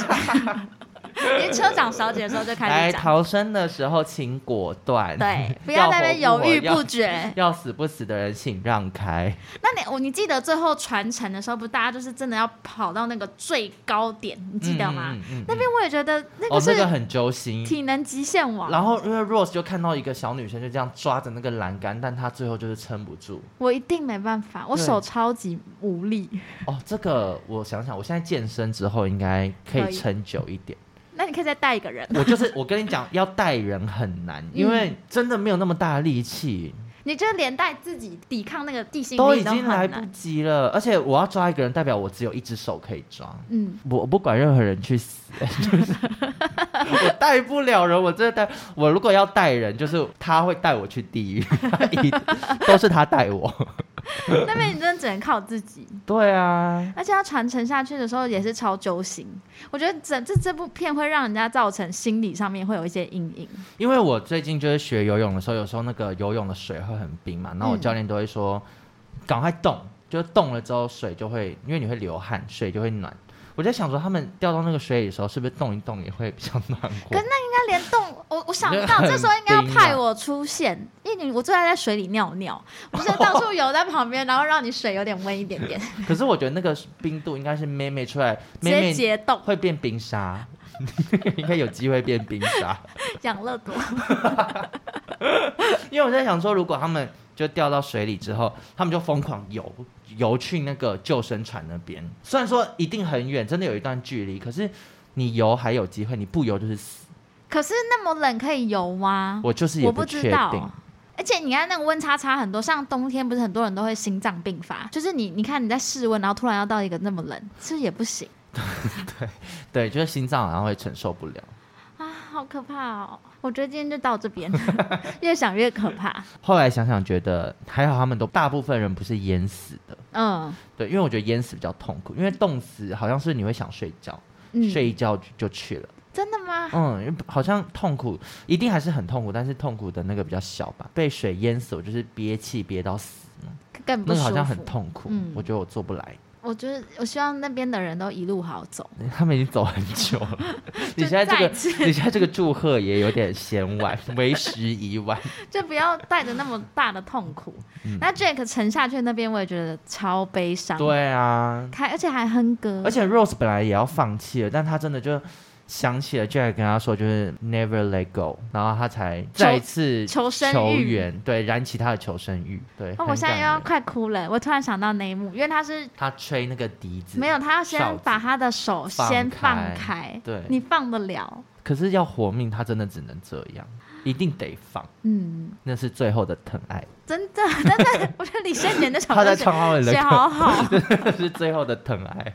Speaker 1: 连车长小姐的时候就开
Speaker 2: 来
Speaker 1: 始讲，
Speaker 2: 逃生的时候请果断， <laughs>
Speaker 1: 对，不要在那边
Speaker 2: 要活
Speaker 1: 犹
Speaker 2: 不
Speaker 1: 豫
Speaker 2: 活
Speaker 1: 不决。
Speaker 2: 要死不死的人，请让开。
Speaker 1: 那你哦我你记得最后传承的时候，不大家就是真的要跑到那个最高点，你记得吗？
Speaker 2: 嗯？嗯嗯嗯
Speaker 1: 那边我也觉得那
Speaker 2: 哦
Speaker 1: 个，
Speaker 2: 那个
Speaker 1: 是
Speaker 2: 很揪心。
Speaker 1: 体能极限王，
Speaker 2: 然后因为 Rose 就看到一个小女生就这样抓着那个栏杆，但她最后就是撑不住。
Speaker 1: 我一定没办法，我
Speaker 2: 对
Speaker 1: 手超级无力。
Speaker 2: 哦，这个我想想，我现在健身之后应该可
Speaker 1: 可
Speaker 2: 以
Speaker 1: 以
Speaker 2: 撑久一
Speaker 1: <laughs>
Speaker 2: 点。
Speaker 1: 那你可以再带一个人，
Speaker 2: 我就是我跟你讲，要带人很难，因
Speaker 1: 嗯
Speaker 2: 为真的没有那么大的力气，
Speaker 1: 你就连带自己抵抗那个地心
Speaker 2: 都
Speaker 1: 力
Speaker 2: 已
Speaker 1: 都
Speaker 2: 经
Speaker 1: 很
Speaker 2: 来不
Speaker 1: 难。
Speaker 2: 及了。而且我要抓一个人，代表我只有一只手可以抓。
Speaker 1: 嗯，
Speaker 2: 我不管任何人去死，就是我带不了人，我真的带我如果要带人，就是他会带我去地狱，他一都是他带我。
Speaker 1: <laughs> 那边你真的只能靠自己，
Speaker 2: 对啊，
Speaker 1: 而且要传承下去的时候也是超揪心。我觉得整这这部片会让人家造成心理上面会有一些阴影。
Speaker 2: 因为我最近就是学游泳的时候，有时候那个游泳的水会很冰嘛，然后我
Speaker 1: 嗯
Speaker 2: 教练都会说，赶快动，就是动了之后水就会，因为你会流汗，水就会暖。我在想说，他们掉到那个水里的时候，是不是动一动也会比较暖和
Speaker 1: 可？是那应该连动，我我想
Speaker 2: 你觉得
Speaker 1: 到
Speaker 2: 很
Speaker 1: 这时候应该要
Speaker 2: 冰
Speaker 1: 派
Speaker 2: 啊
Speaker 1: 我出现，因为你我最爱在水里尿尿，我就到处游在旁边，然后让你水有点温一点点， <laughs>
Speaker 2: 可是我觉得那个冰度应该是妹妹出来，
Speaker 1: 直
Speaker 2: <laughs> 妹
Speaker 1: 接
Speaker 2: 妹
Speaker 1: 解冻
Speaker 2: 会变冰沙， <laughs> 应该有机会变冰沙。 <laughs>
Speaker 1: 养乐多。
Speaker 2: 因为我在想说，如果他们就掉到水里之后，他们就疯狂游游去那个救生船那边。虽然说一定很远，真的有一段距离，可是你游还有机会，你不游就是死。
Speaker 1: 可是那么冷可以游吗？
Speaker 2: 我就是也
Speaker 1: 嗯我不
Speaker 2: 确
Speaker 1: 知道
Speaker 2: 定。。
Speaker 1: 而且你看那个温差差很多，像冬天不是很多人都会心脏病发，就是你你看你在室温，然后突然要到一个那么冷，是不是也不行
Speaker 2: 对，就是心脏好像会承受不了。
Speaker 1: 啊？好可怕哦！我觉得今天就到这边， <laughs> 越想越可怕。
Speaker 2: 后来想想，觉得还好，他们都大部分人不是淹死的。
Speaker 1: 嗯
Speaker 2: 对，因为我觉得淹死比较痛苦，因为冻死好像是你会想睡觉，
Speaker 1: 嗯，啊
Speaker 2: 睡一觉就就去了。
Speaker 1: 真的吗？
Speaker 2: 嗯，因为好像痛苦一定还是很痛苦，但是痛苦的那个比较小吧。被水淹死，我就是憋气憋到死，
Speaker 1: 更不
Speaker 2: 那
Speaker 1: 舒服。
Speaker 2: 个好像很痛苦，
Speaker 1: 嗯
Speaker 2: 我觉得我做不来。 <laughs>
Speaker 1: 我觉得我希望那边的人都一路好走。
Speaker 2: 他们已经走很久了， <laughs> 你
Speaker 1: 就
Speaker 2: 现在这
Speaker 1: 再
Speaker 2: 个
Speaker 1: 一次 <laughs>
Speaker 2: 你现在这个祝贺也有点嫌晚，为时
Speaker 1: <laughs>
Speaker 2: 已晚。
Speaker 1: 就不要带着那么大的痛苦。那 Jack 沉下去那边，我也觉得超悲伤。，
Speaker 2: 嗯对啊，
Speaker 1: 还而且还哼歌
Speaker 2: 而，且 Rose 本来也要放弃了，但她真的就。想起了 Jack 跟他说，就是 Never let go，然后他才再一次
Speaker 1: 求生欲
Speaker 2: 求援，对，燃起他的求生欲，对。
Speaker 1: 哦，
Speaker 2: 很
Speaker 1: 我现在
Speaker 2: 感
Speaker 1: 又要
Speaker 2: 人
Speaker 1: 快哭了。我突然想到那一幕，因为他是
Speaker 2: 他吹那个笛子，
Speaker 1: 没有，他要先
Speaker 2: 哨子
Speaker 1: 把他的手
Speaker 2: 放
Speaker 1: 先放
Speaker 2: 开
Speaker 1: 开，
Speaker 2: 对
Speaker 1: 你放得了，
Speaker 2: 可是要活命，他真的只能这样，一定得放，
Speaker 1: 嗯，
Speaker 2: 那是最后的疼爱。
Speaker 1: 真的， <laughs> 真的，我觉得李圣杰那场
Speaker 2: <laughs> 他在
Speaker 1: 就是
Speaker 2: 唱他们的
Speaker 1: 写好好，
Speaker 2: 歌，是最后的疼爱。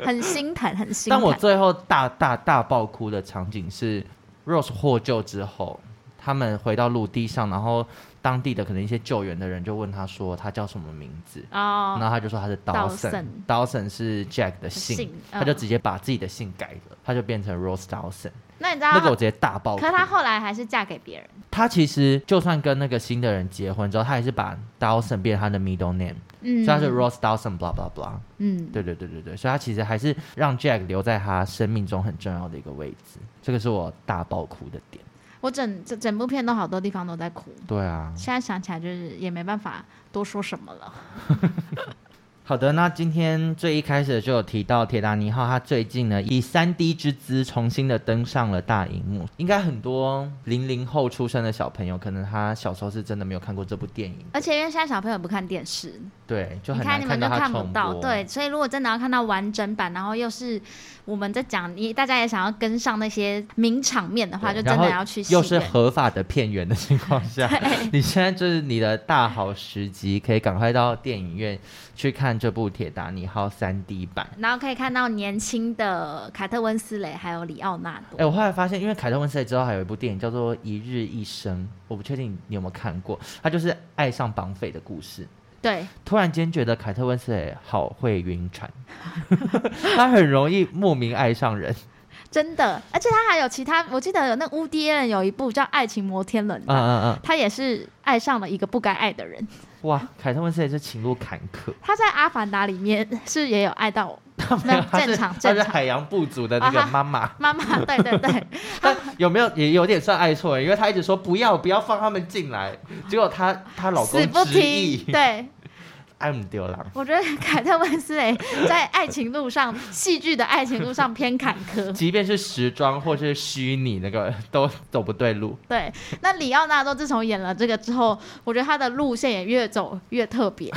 Speaker 1: 很心疼，很心
Speaker 2: 但我
Speaker 1: 疼。
Speaker 2: 最后大大大爆哭的场景是，Rose 获救之后，他们回到陆地上，然后当地的可能一些救援的人就问他说他叫什么名字，然
Speaker 1: 哦，
Speaker 2: 后他就说他是
Speaker 1: Dawson
Speaker 2: Dawson，Dawson 是 Jack 的姓，
Speaker 1: 姓
Speaker 2: 他就
Speaker 1: 嗯
Speaker 2: 直接把自己的姓改了，他就变成 Rose Dawson。
Speaker 1: 那你知
Speaker 2: 那个我
Speaker 1: 道，
Speaker 2: 直接大爆哭。
Speaker 1: 可是他后来还是嫁给别人，
Speaker 2: 他其实就算跟那个新的人结婚之后，他也是把 Dawson 变成他的 middle name，、所
Speaker 1: 嗯，
Speaker 2: 以他是 Rose Dawson blah blah blah。
Speaker 1: 嗯，
Speaker 2: 对对对对对，所以他其实还是让 Jack 留在他生命中很重要的一个位置，这个是我大爆哭的点。
Speaker 1: 我整整整部片都好多地方都在哭。
Speaker 2: 对啊，
Speaker 1: 现在想起来就是也没办法多说什么了。
Speaker 2: 好的，那今天最一开始就有提到《铁达尼号》，它最近呢以三 D 之姿重新的登上了大荧幕。应该很多零零后出生的小朋友，可能他小时候是真的没有看过这部电影，
Speaker 1: 而且因为现在小朋友不看电视，
Speaker 2: 对，就
Speaker 1: 你
Speaker 2: 很
Speaker 1: 看你
Speaker 2: 难
Speaker 1: 们
Speaker 2: 到
Speaker 1: 都
Speaker 2: 它
Speaker 1: 看不
Speaker 2: 重
Speaker 1: 到，
Speaker 2: 播。
Speaker 1: 对，所以如果真的要看到完整版，然后又是我们在讲，你大家也想要跟上那些名场面的话，就
Speaker 2: 对
Speaker 1: 真
Speaker 2: 然后
Speaker 1: 的要去戏
Speaker 2: 又是
Speaker 1: 院。
Speaker 2: 合法的片源的情况
Speaker 1: <laughs>
Speaker 2: 下， <laughs> 你现在就是你的大好时机，可以赶快到电影院去看这部《铁达尼号》三 D 版。
Speaker 1: 然后可以看到年轻的凯特温斯雷还有里奥纳
Speaker 2: 哎、
Speaker 1: 多，
Speaker 2: 我后来发现，因为凯特温斯莱之后还有一部电影叫做《一日一生》，我不确定你有没有看过，它就是爱上绑匪的故事。
Speaker 1: 对，
Speaker 2: 突然间觉得凯特温斯莱好会晕
Speaker 1: <laughs>
Speaker 2: 船，她很容易莫名爱上
Speaker 1: <laughs>
Speaker 2: 人。
Speaker 1: 真的，而且他还有其他，我记得有那乌迪人有一部叫《爱情摩天轮》
Speaker 2: 嗯
Speaker 1: 吧，
Speaker 2: 嗯嗯，
Speaker 1: 他也是爱上了一个不该爱的人。
Speaker 2: 哇，凯特温斯莱这情路坎坷。
Speaker 1: <laughs>
Speaker 2: <laughs>
Speaker 1: 他在《阿凡达》里面是也有爱到
Speaker 2: 她
Speaker 1: 没有
Speaker 2: 她是
Speaker 1: 正常
Speaker 2: 她是
Speaker 1: 正常
Speaker 2: 海洋部族的那个
Speaker 1: 啊
Speaker 2: 妈妈。
Speaker 1: 妈
Speaker 2: <laughs>
Speaker 1: 妈，对对对，
Speaker 2: 但 <laughs> 有没有也有点算爱错了，因为她一直说不要不要放他们进来，结果她她老
Speaker 1: 死
Speaker 2: 公
Speaker 1: 不
Speaker 2: 执
Speaker 1: 听。
Speaker 2: 意，
Speaker 1: 对，
Speaker 2: 爱姆丢狼。
Speaker 1: 我觉得凯特温斯雷 <laughs> 在爱情路上，戏剧的爱情路上偏坎坷。
Speaker 2: 即便是时装或是虚拟那个 <laughs> 都走不对路，
Speaker 1: 对，那里奥纳多自从演了这个之后，我觉得他的路线也越走越特
Speaker 2: <laughs>
Speaker 1: 别。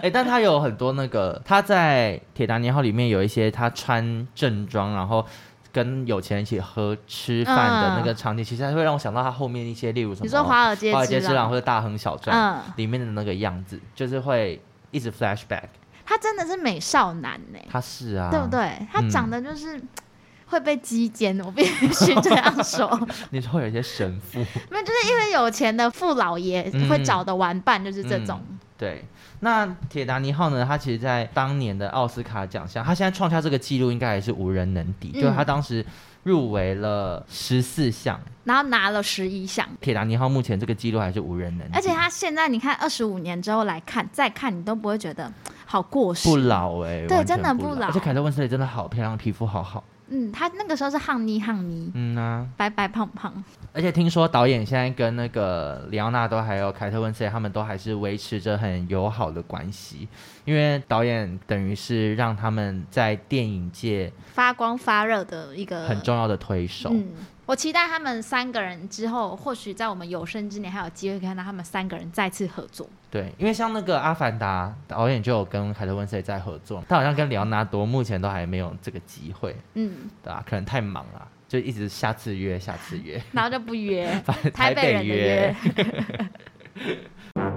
Speaker 2: 哎、但他有很多那个他在《铁达尼号》里面有一些他穿正装，然后跟有钱人一起喝吃饭的那个场景，其实还会让我想到他后面一些，例如什
Speaker 1: 嗯
Speaker 2: 么
Speaker 1: 你说华尔街
Speaker 2: 哦华尔街
Speaker 1: 之
Speaker 2: 之狼
Speaker 1: 狼，
Speaker 2: 或者大亨小传、
Speaker 1: 嗯，
Speaker 2: 里面的那个样子，就是会一直 flashback。
Speaker 1: 他真的是美少男呢、
Speaker 2: 他是啊，
Speaker 1: 对不？对？他
Speaker 2: 嗯
Speaker 1: 长得就是。会被击奸，我必须这样
Speaker 2: <laughs>
Speaker 1: 说，
Speaker 2: 你说有一些神父。
Speaker 1: 没有，就是因为有钱的富老爷
Speaker 2: 嗯
Speaker 1: 会找的玩伴就是这种，
Speaker 2: 对，那铁达尼号呢？它其实，在当年的奥斯卡奖项，它现在创下这个记录，应该也是无人能敌。
Speaker 1: 嗯
Speaker 2: 就它当时入围了十四项，
Speaker 1: 然后拿了十一项，
Speaker 2: 铁达尼号目前这个记录还是无人能敌，
Speaker 1: 而且他现在你看二十五年之后来看，再看你都不会觉得好过
Speaker 2: 不
Speaker 1: 时。
Speaker 2: 老哎、
Speaker 1: 对
Speaker 2: 完全
Speaker 1: 真的
Speaker 2: 不
Speaker 1: 不老
Speaker 2: 而且凯特温斯莱真的好漂亮，皮肤好好。
Speaker 1: 嗯，他那个时候是汉妮汉妮，
Speaker 2: 嗯啊，
Speaker 1: 白白胖胖，
Speaker 2: 而且听说导演现在跟那个里奥纳多还有凯特温斯莱他们都还是维持着很友好的关系，因为导演等于是让他们在电影界
Speaker 1: 发光发热的一个
Speaker 2: 很重要的推手。
Speaker 1: 嗯，我期待他们三个人之后，或许在我们有生之年还有机会看到他们三个人再次合作。
Speaker 2: 对，因为像那个《阿凡达》导演就有跟凯特温斯莱在合作，他好像跟里奥纳多目前都还没有这个机会，
Speaker 1: 嗯，
Speaker 2: 对吧、可能太忙了，就一直下次约，下次约， <laughs>
Speaker 1: 然后就不 <laughs> 约
Speaker 2: 把
Speaker 1: 台北人的
Speaker 2: 北
Speaker 1: 约。。 <laughs>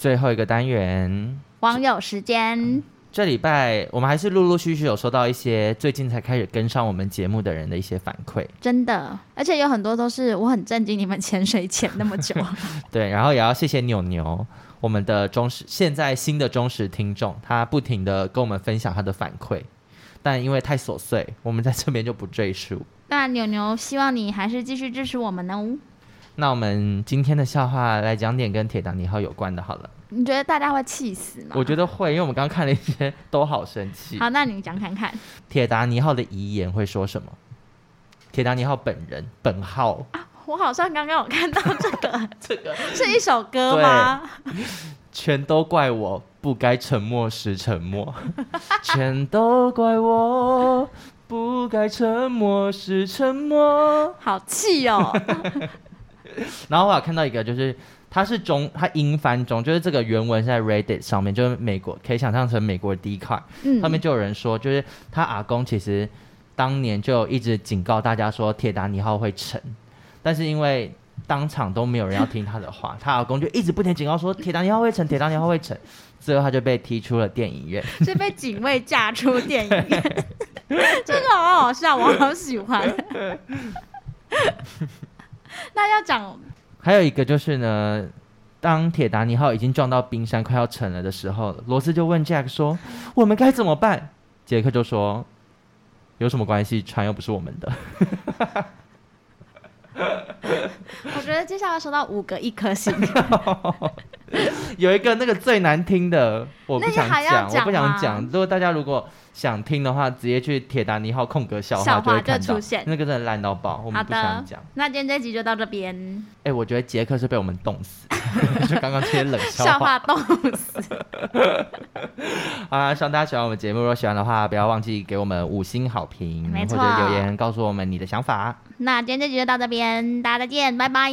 Speaker 2: 最后一个单元，
Speaker 1: 网友时间，
Speaker 2: 这礼拜我们还是陆陆续续有收到一些最近才开始跟上我们节目的人的一些反馈，
Speaker 1: 真的，而且有很多都是我很震惊，你们潜水潜那么
Speaker 2: <laughs>
Speaker 1: 久，
Speaker 2: 对，然后也要谢谢牛牛，我们的忠实，现在新的忠实听众，他不停的跟我们分享他的反馈，但因为太琐碎，我们在这边就不赘述。
Speaker 1: 那牛牛希望你还是继续支持我们哦。
Speaker 2: 那我们今天的笑话来讲点跟铁达尼号有关的好了，
Speaker 1: 你觉得大家会气死吗？
Speaker 2: 我觉得会，因为我们刚刚看了一些，都好生气。
Speaker 1: 好，那你讲看看
Speaker 2: 铁达尼号的遗言会说什么？铁达尼号本人本号，
Speaker 1: 啊！我好像刚刚有看到这个，
Speaker 2: 这 <laughs> 个
Speaker 1: 是一首歌吗？
Speaker 2: 全都怪我不该沉默时沉默， <laughs> 全都怪我不该沉默时沉默。
Speaker 1: 好气哦！
Speaker 2: <laughs> 然后我有看到一个，就是它是中，它英翻中，就是这个原文是在 Reddit 上面，就是美国可以想象成美国 D 卡，
Speaker 1: 嗯
Speaker 2: 上面就有人说，就是他阿公其实当年就一直警告大家说铁达尼号会沉，但是因为当场都没有人要听他的话，他阿公就一直不停警告说铁达尼号会沉，铁达尼号会沉，最后他就被踢出了电影院。
Speaker 1: 是被警卫架出电影
Speaker 2: <laughs>
Speaker 1: 院，这个好好笑，我好喜
Speaker 2: <laughs>
Speaker 1: 欢。那要讲
Speaker 2: 还有一个就是呢，当铁达尼号已经撞到冰山快要沉了的时候，罗斯就问 Jack 说：“
Speaker 1: 嗯
Speaker 2: 我们该怎么办？”杰克就说：“有什么关系？船又不是我们的。 <laughs>
Speaker 1: 我觉得接下来收到五个一颗星，”
Speaker 2: 有一个那个最难听的，我不
Speaker 1: 那个
Speaker 2: 想
Speaker 1: 还要
Speaker 2: 讲，我
Speaker 1: 讲
Speaker 2: 不想
Speaker 1: 吗
Speaker 2: 讲。如果大家如果想听的话，直接去铁达尼号空格笑
Speaker 1: 笑话
Speaker 2: 话就会
Speaker 1: 就
Speaker 2: 看到
Speaker 1: 出现
Speaker 2: 那个真的烂到爆，
Speaker 1: 好
Speaker 2: 我们不
Speaker 1: 的
Speaker 2: 想讲。，
Speaker 1: 那今天这集就到这边，
Speaker 2: 哎、我觉得杰克是被我们冻死， <laughs> 就刚刚这些冷
Speaker 1: <laughs> 笑
Speaker 2: 笑话。
Speaker 1: 话冻死， <laughs>
Speaker 2: 好啦，希望大家喜欢我们节目。如果喜欢的话，不要忘记给我们五星好评，
Speaker 1: 没
Speaker 2: 或
Speaker 1: 错
Speaker 2: 者留言告诉我们你的想法。
Speaker 1: 那今天这集就到这边，大家再见，拜拜。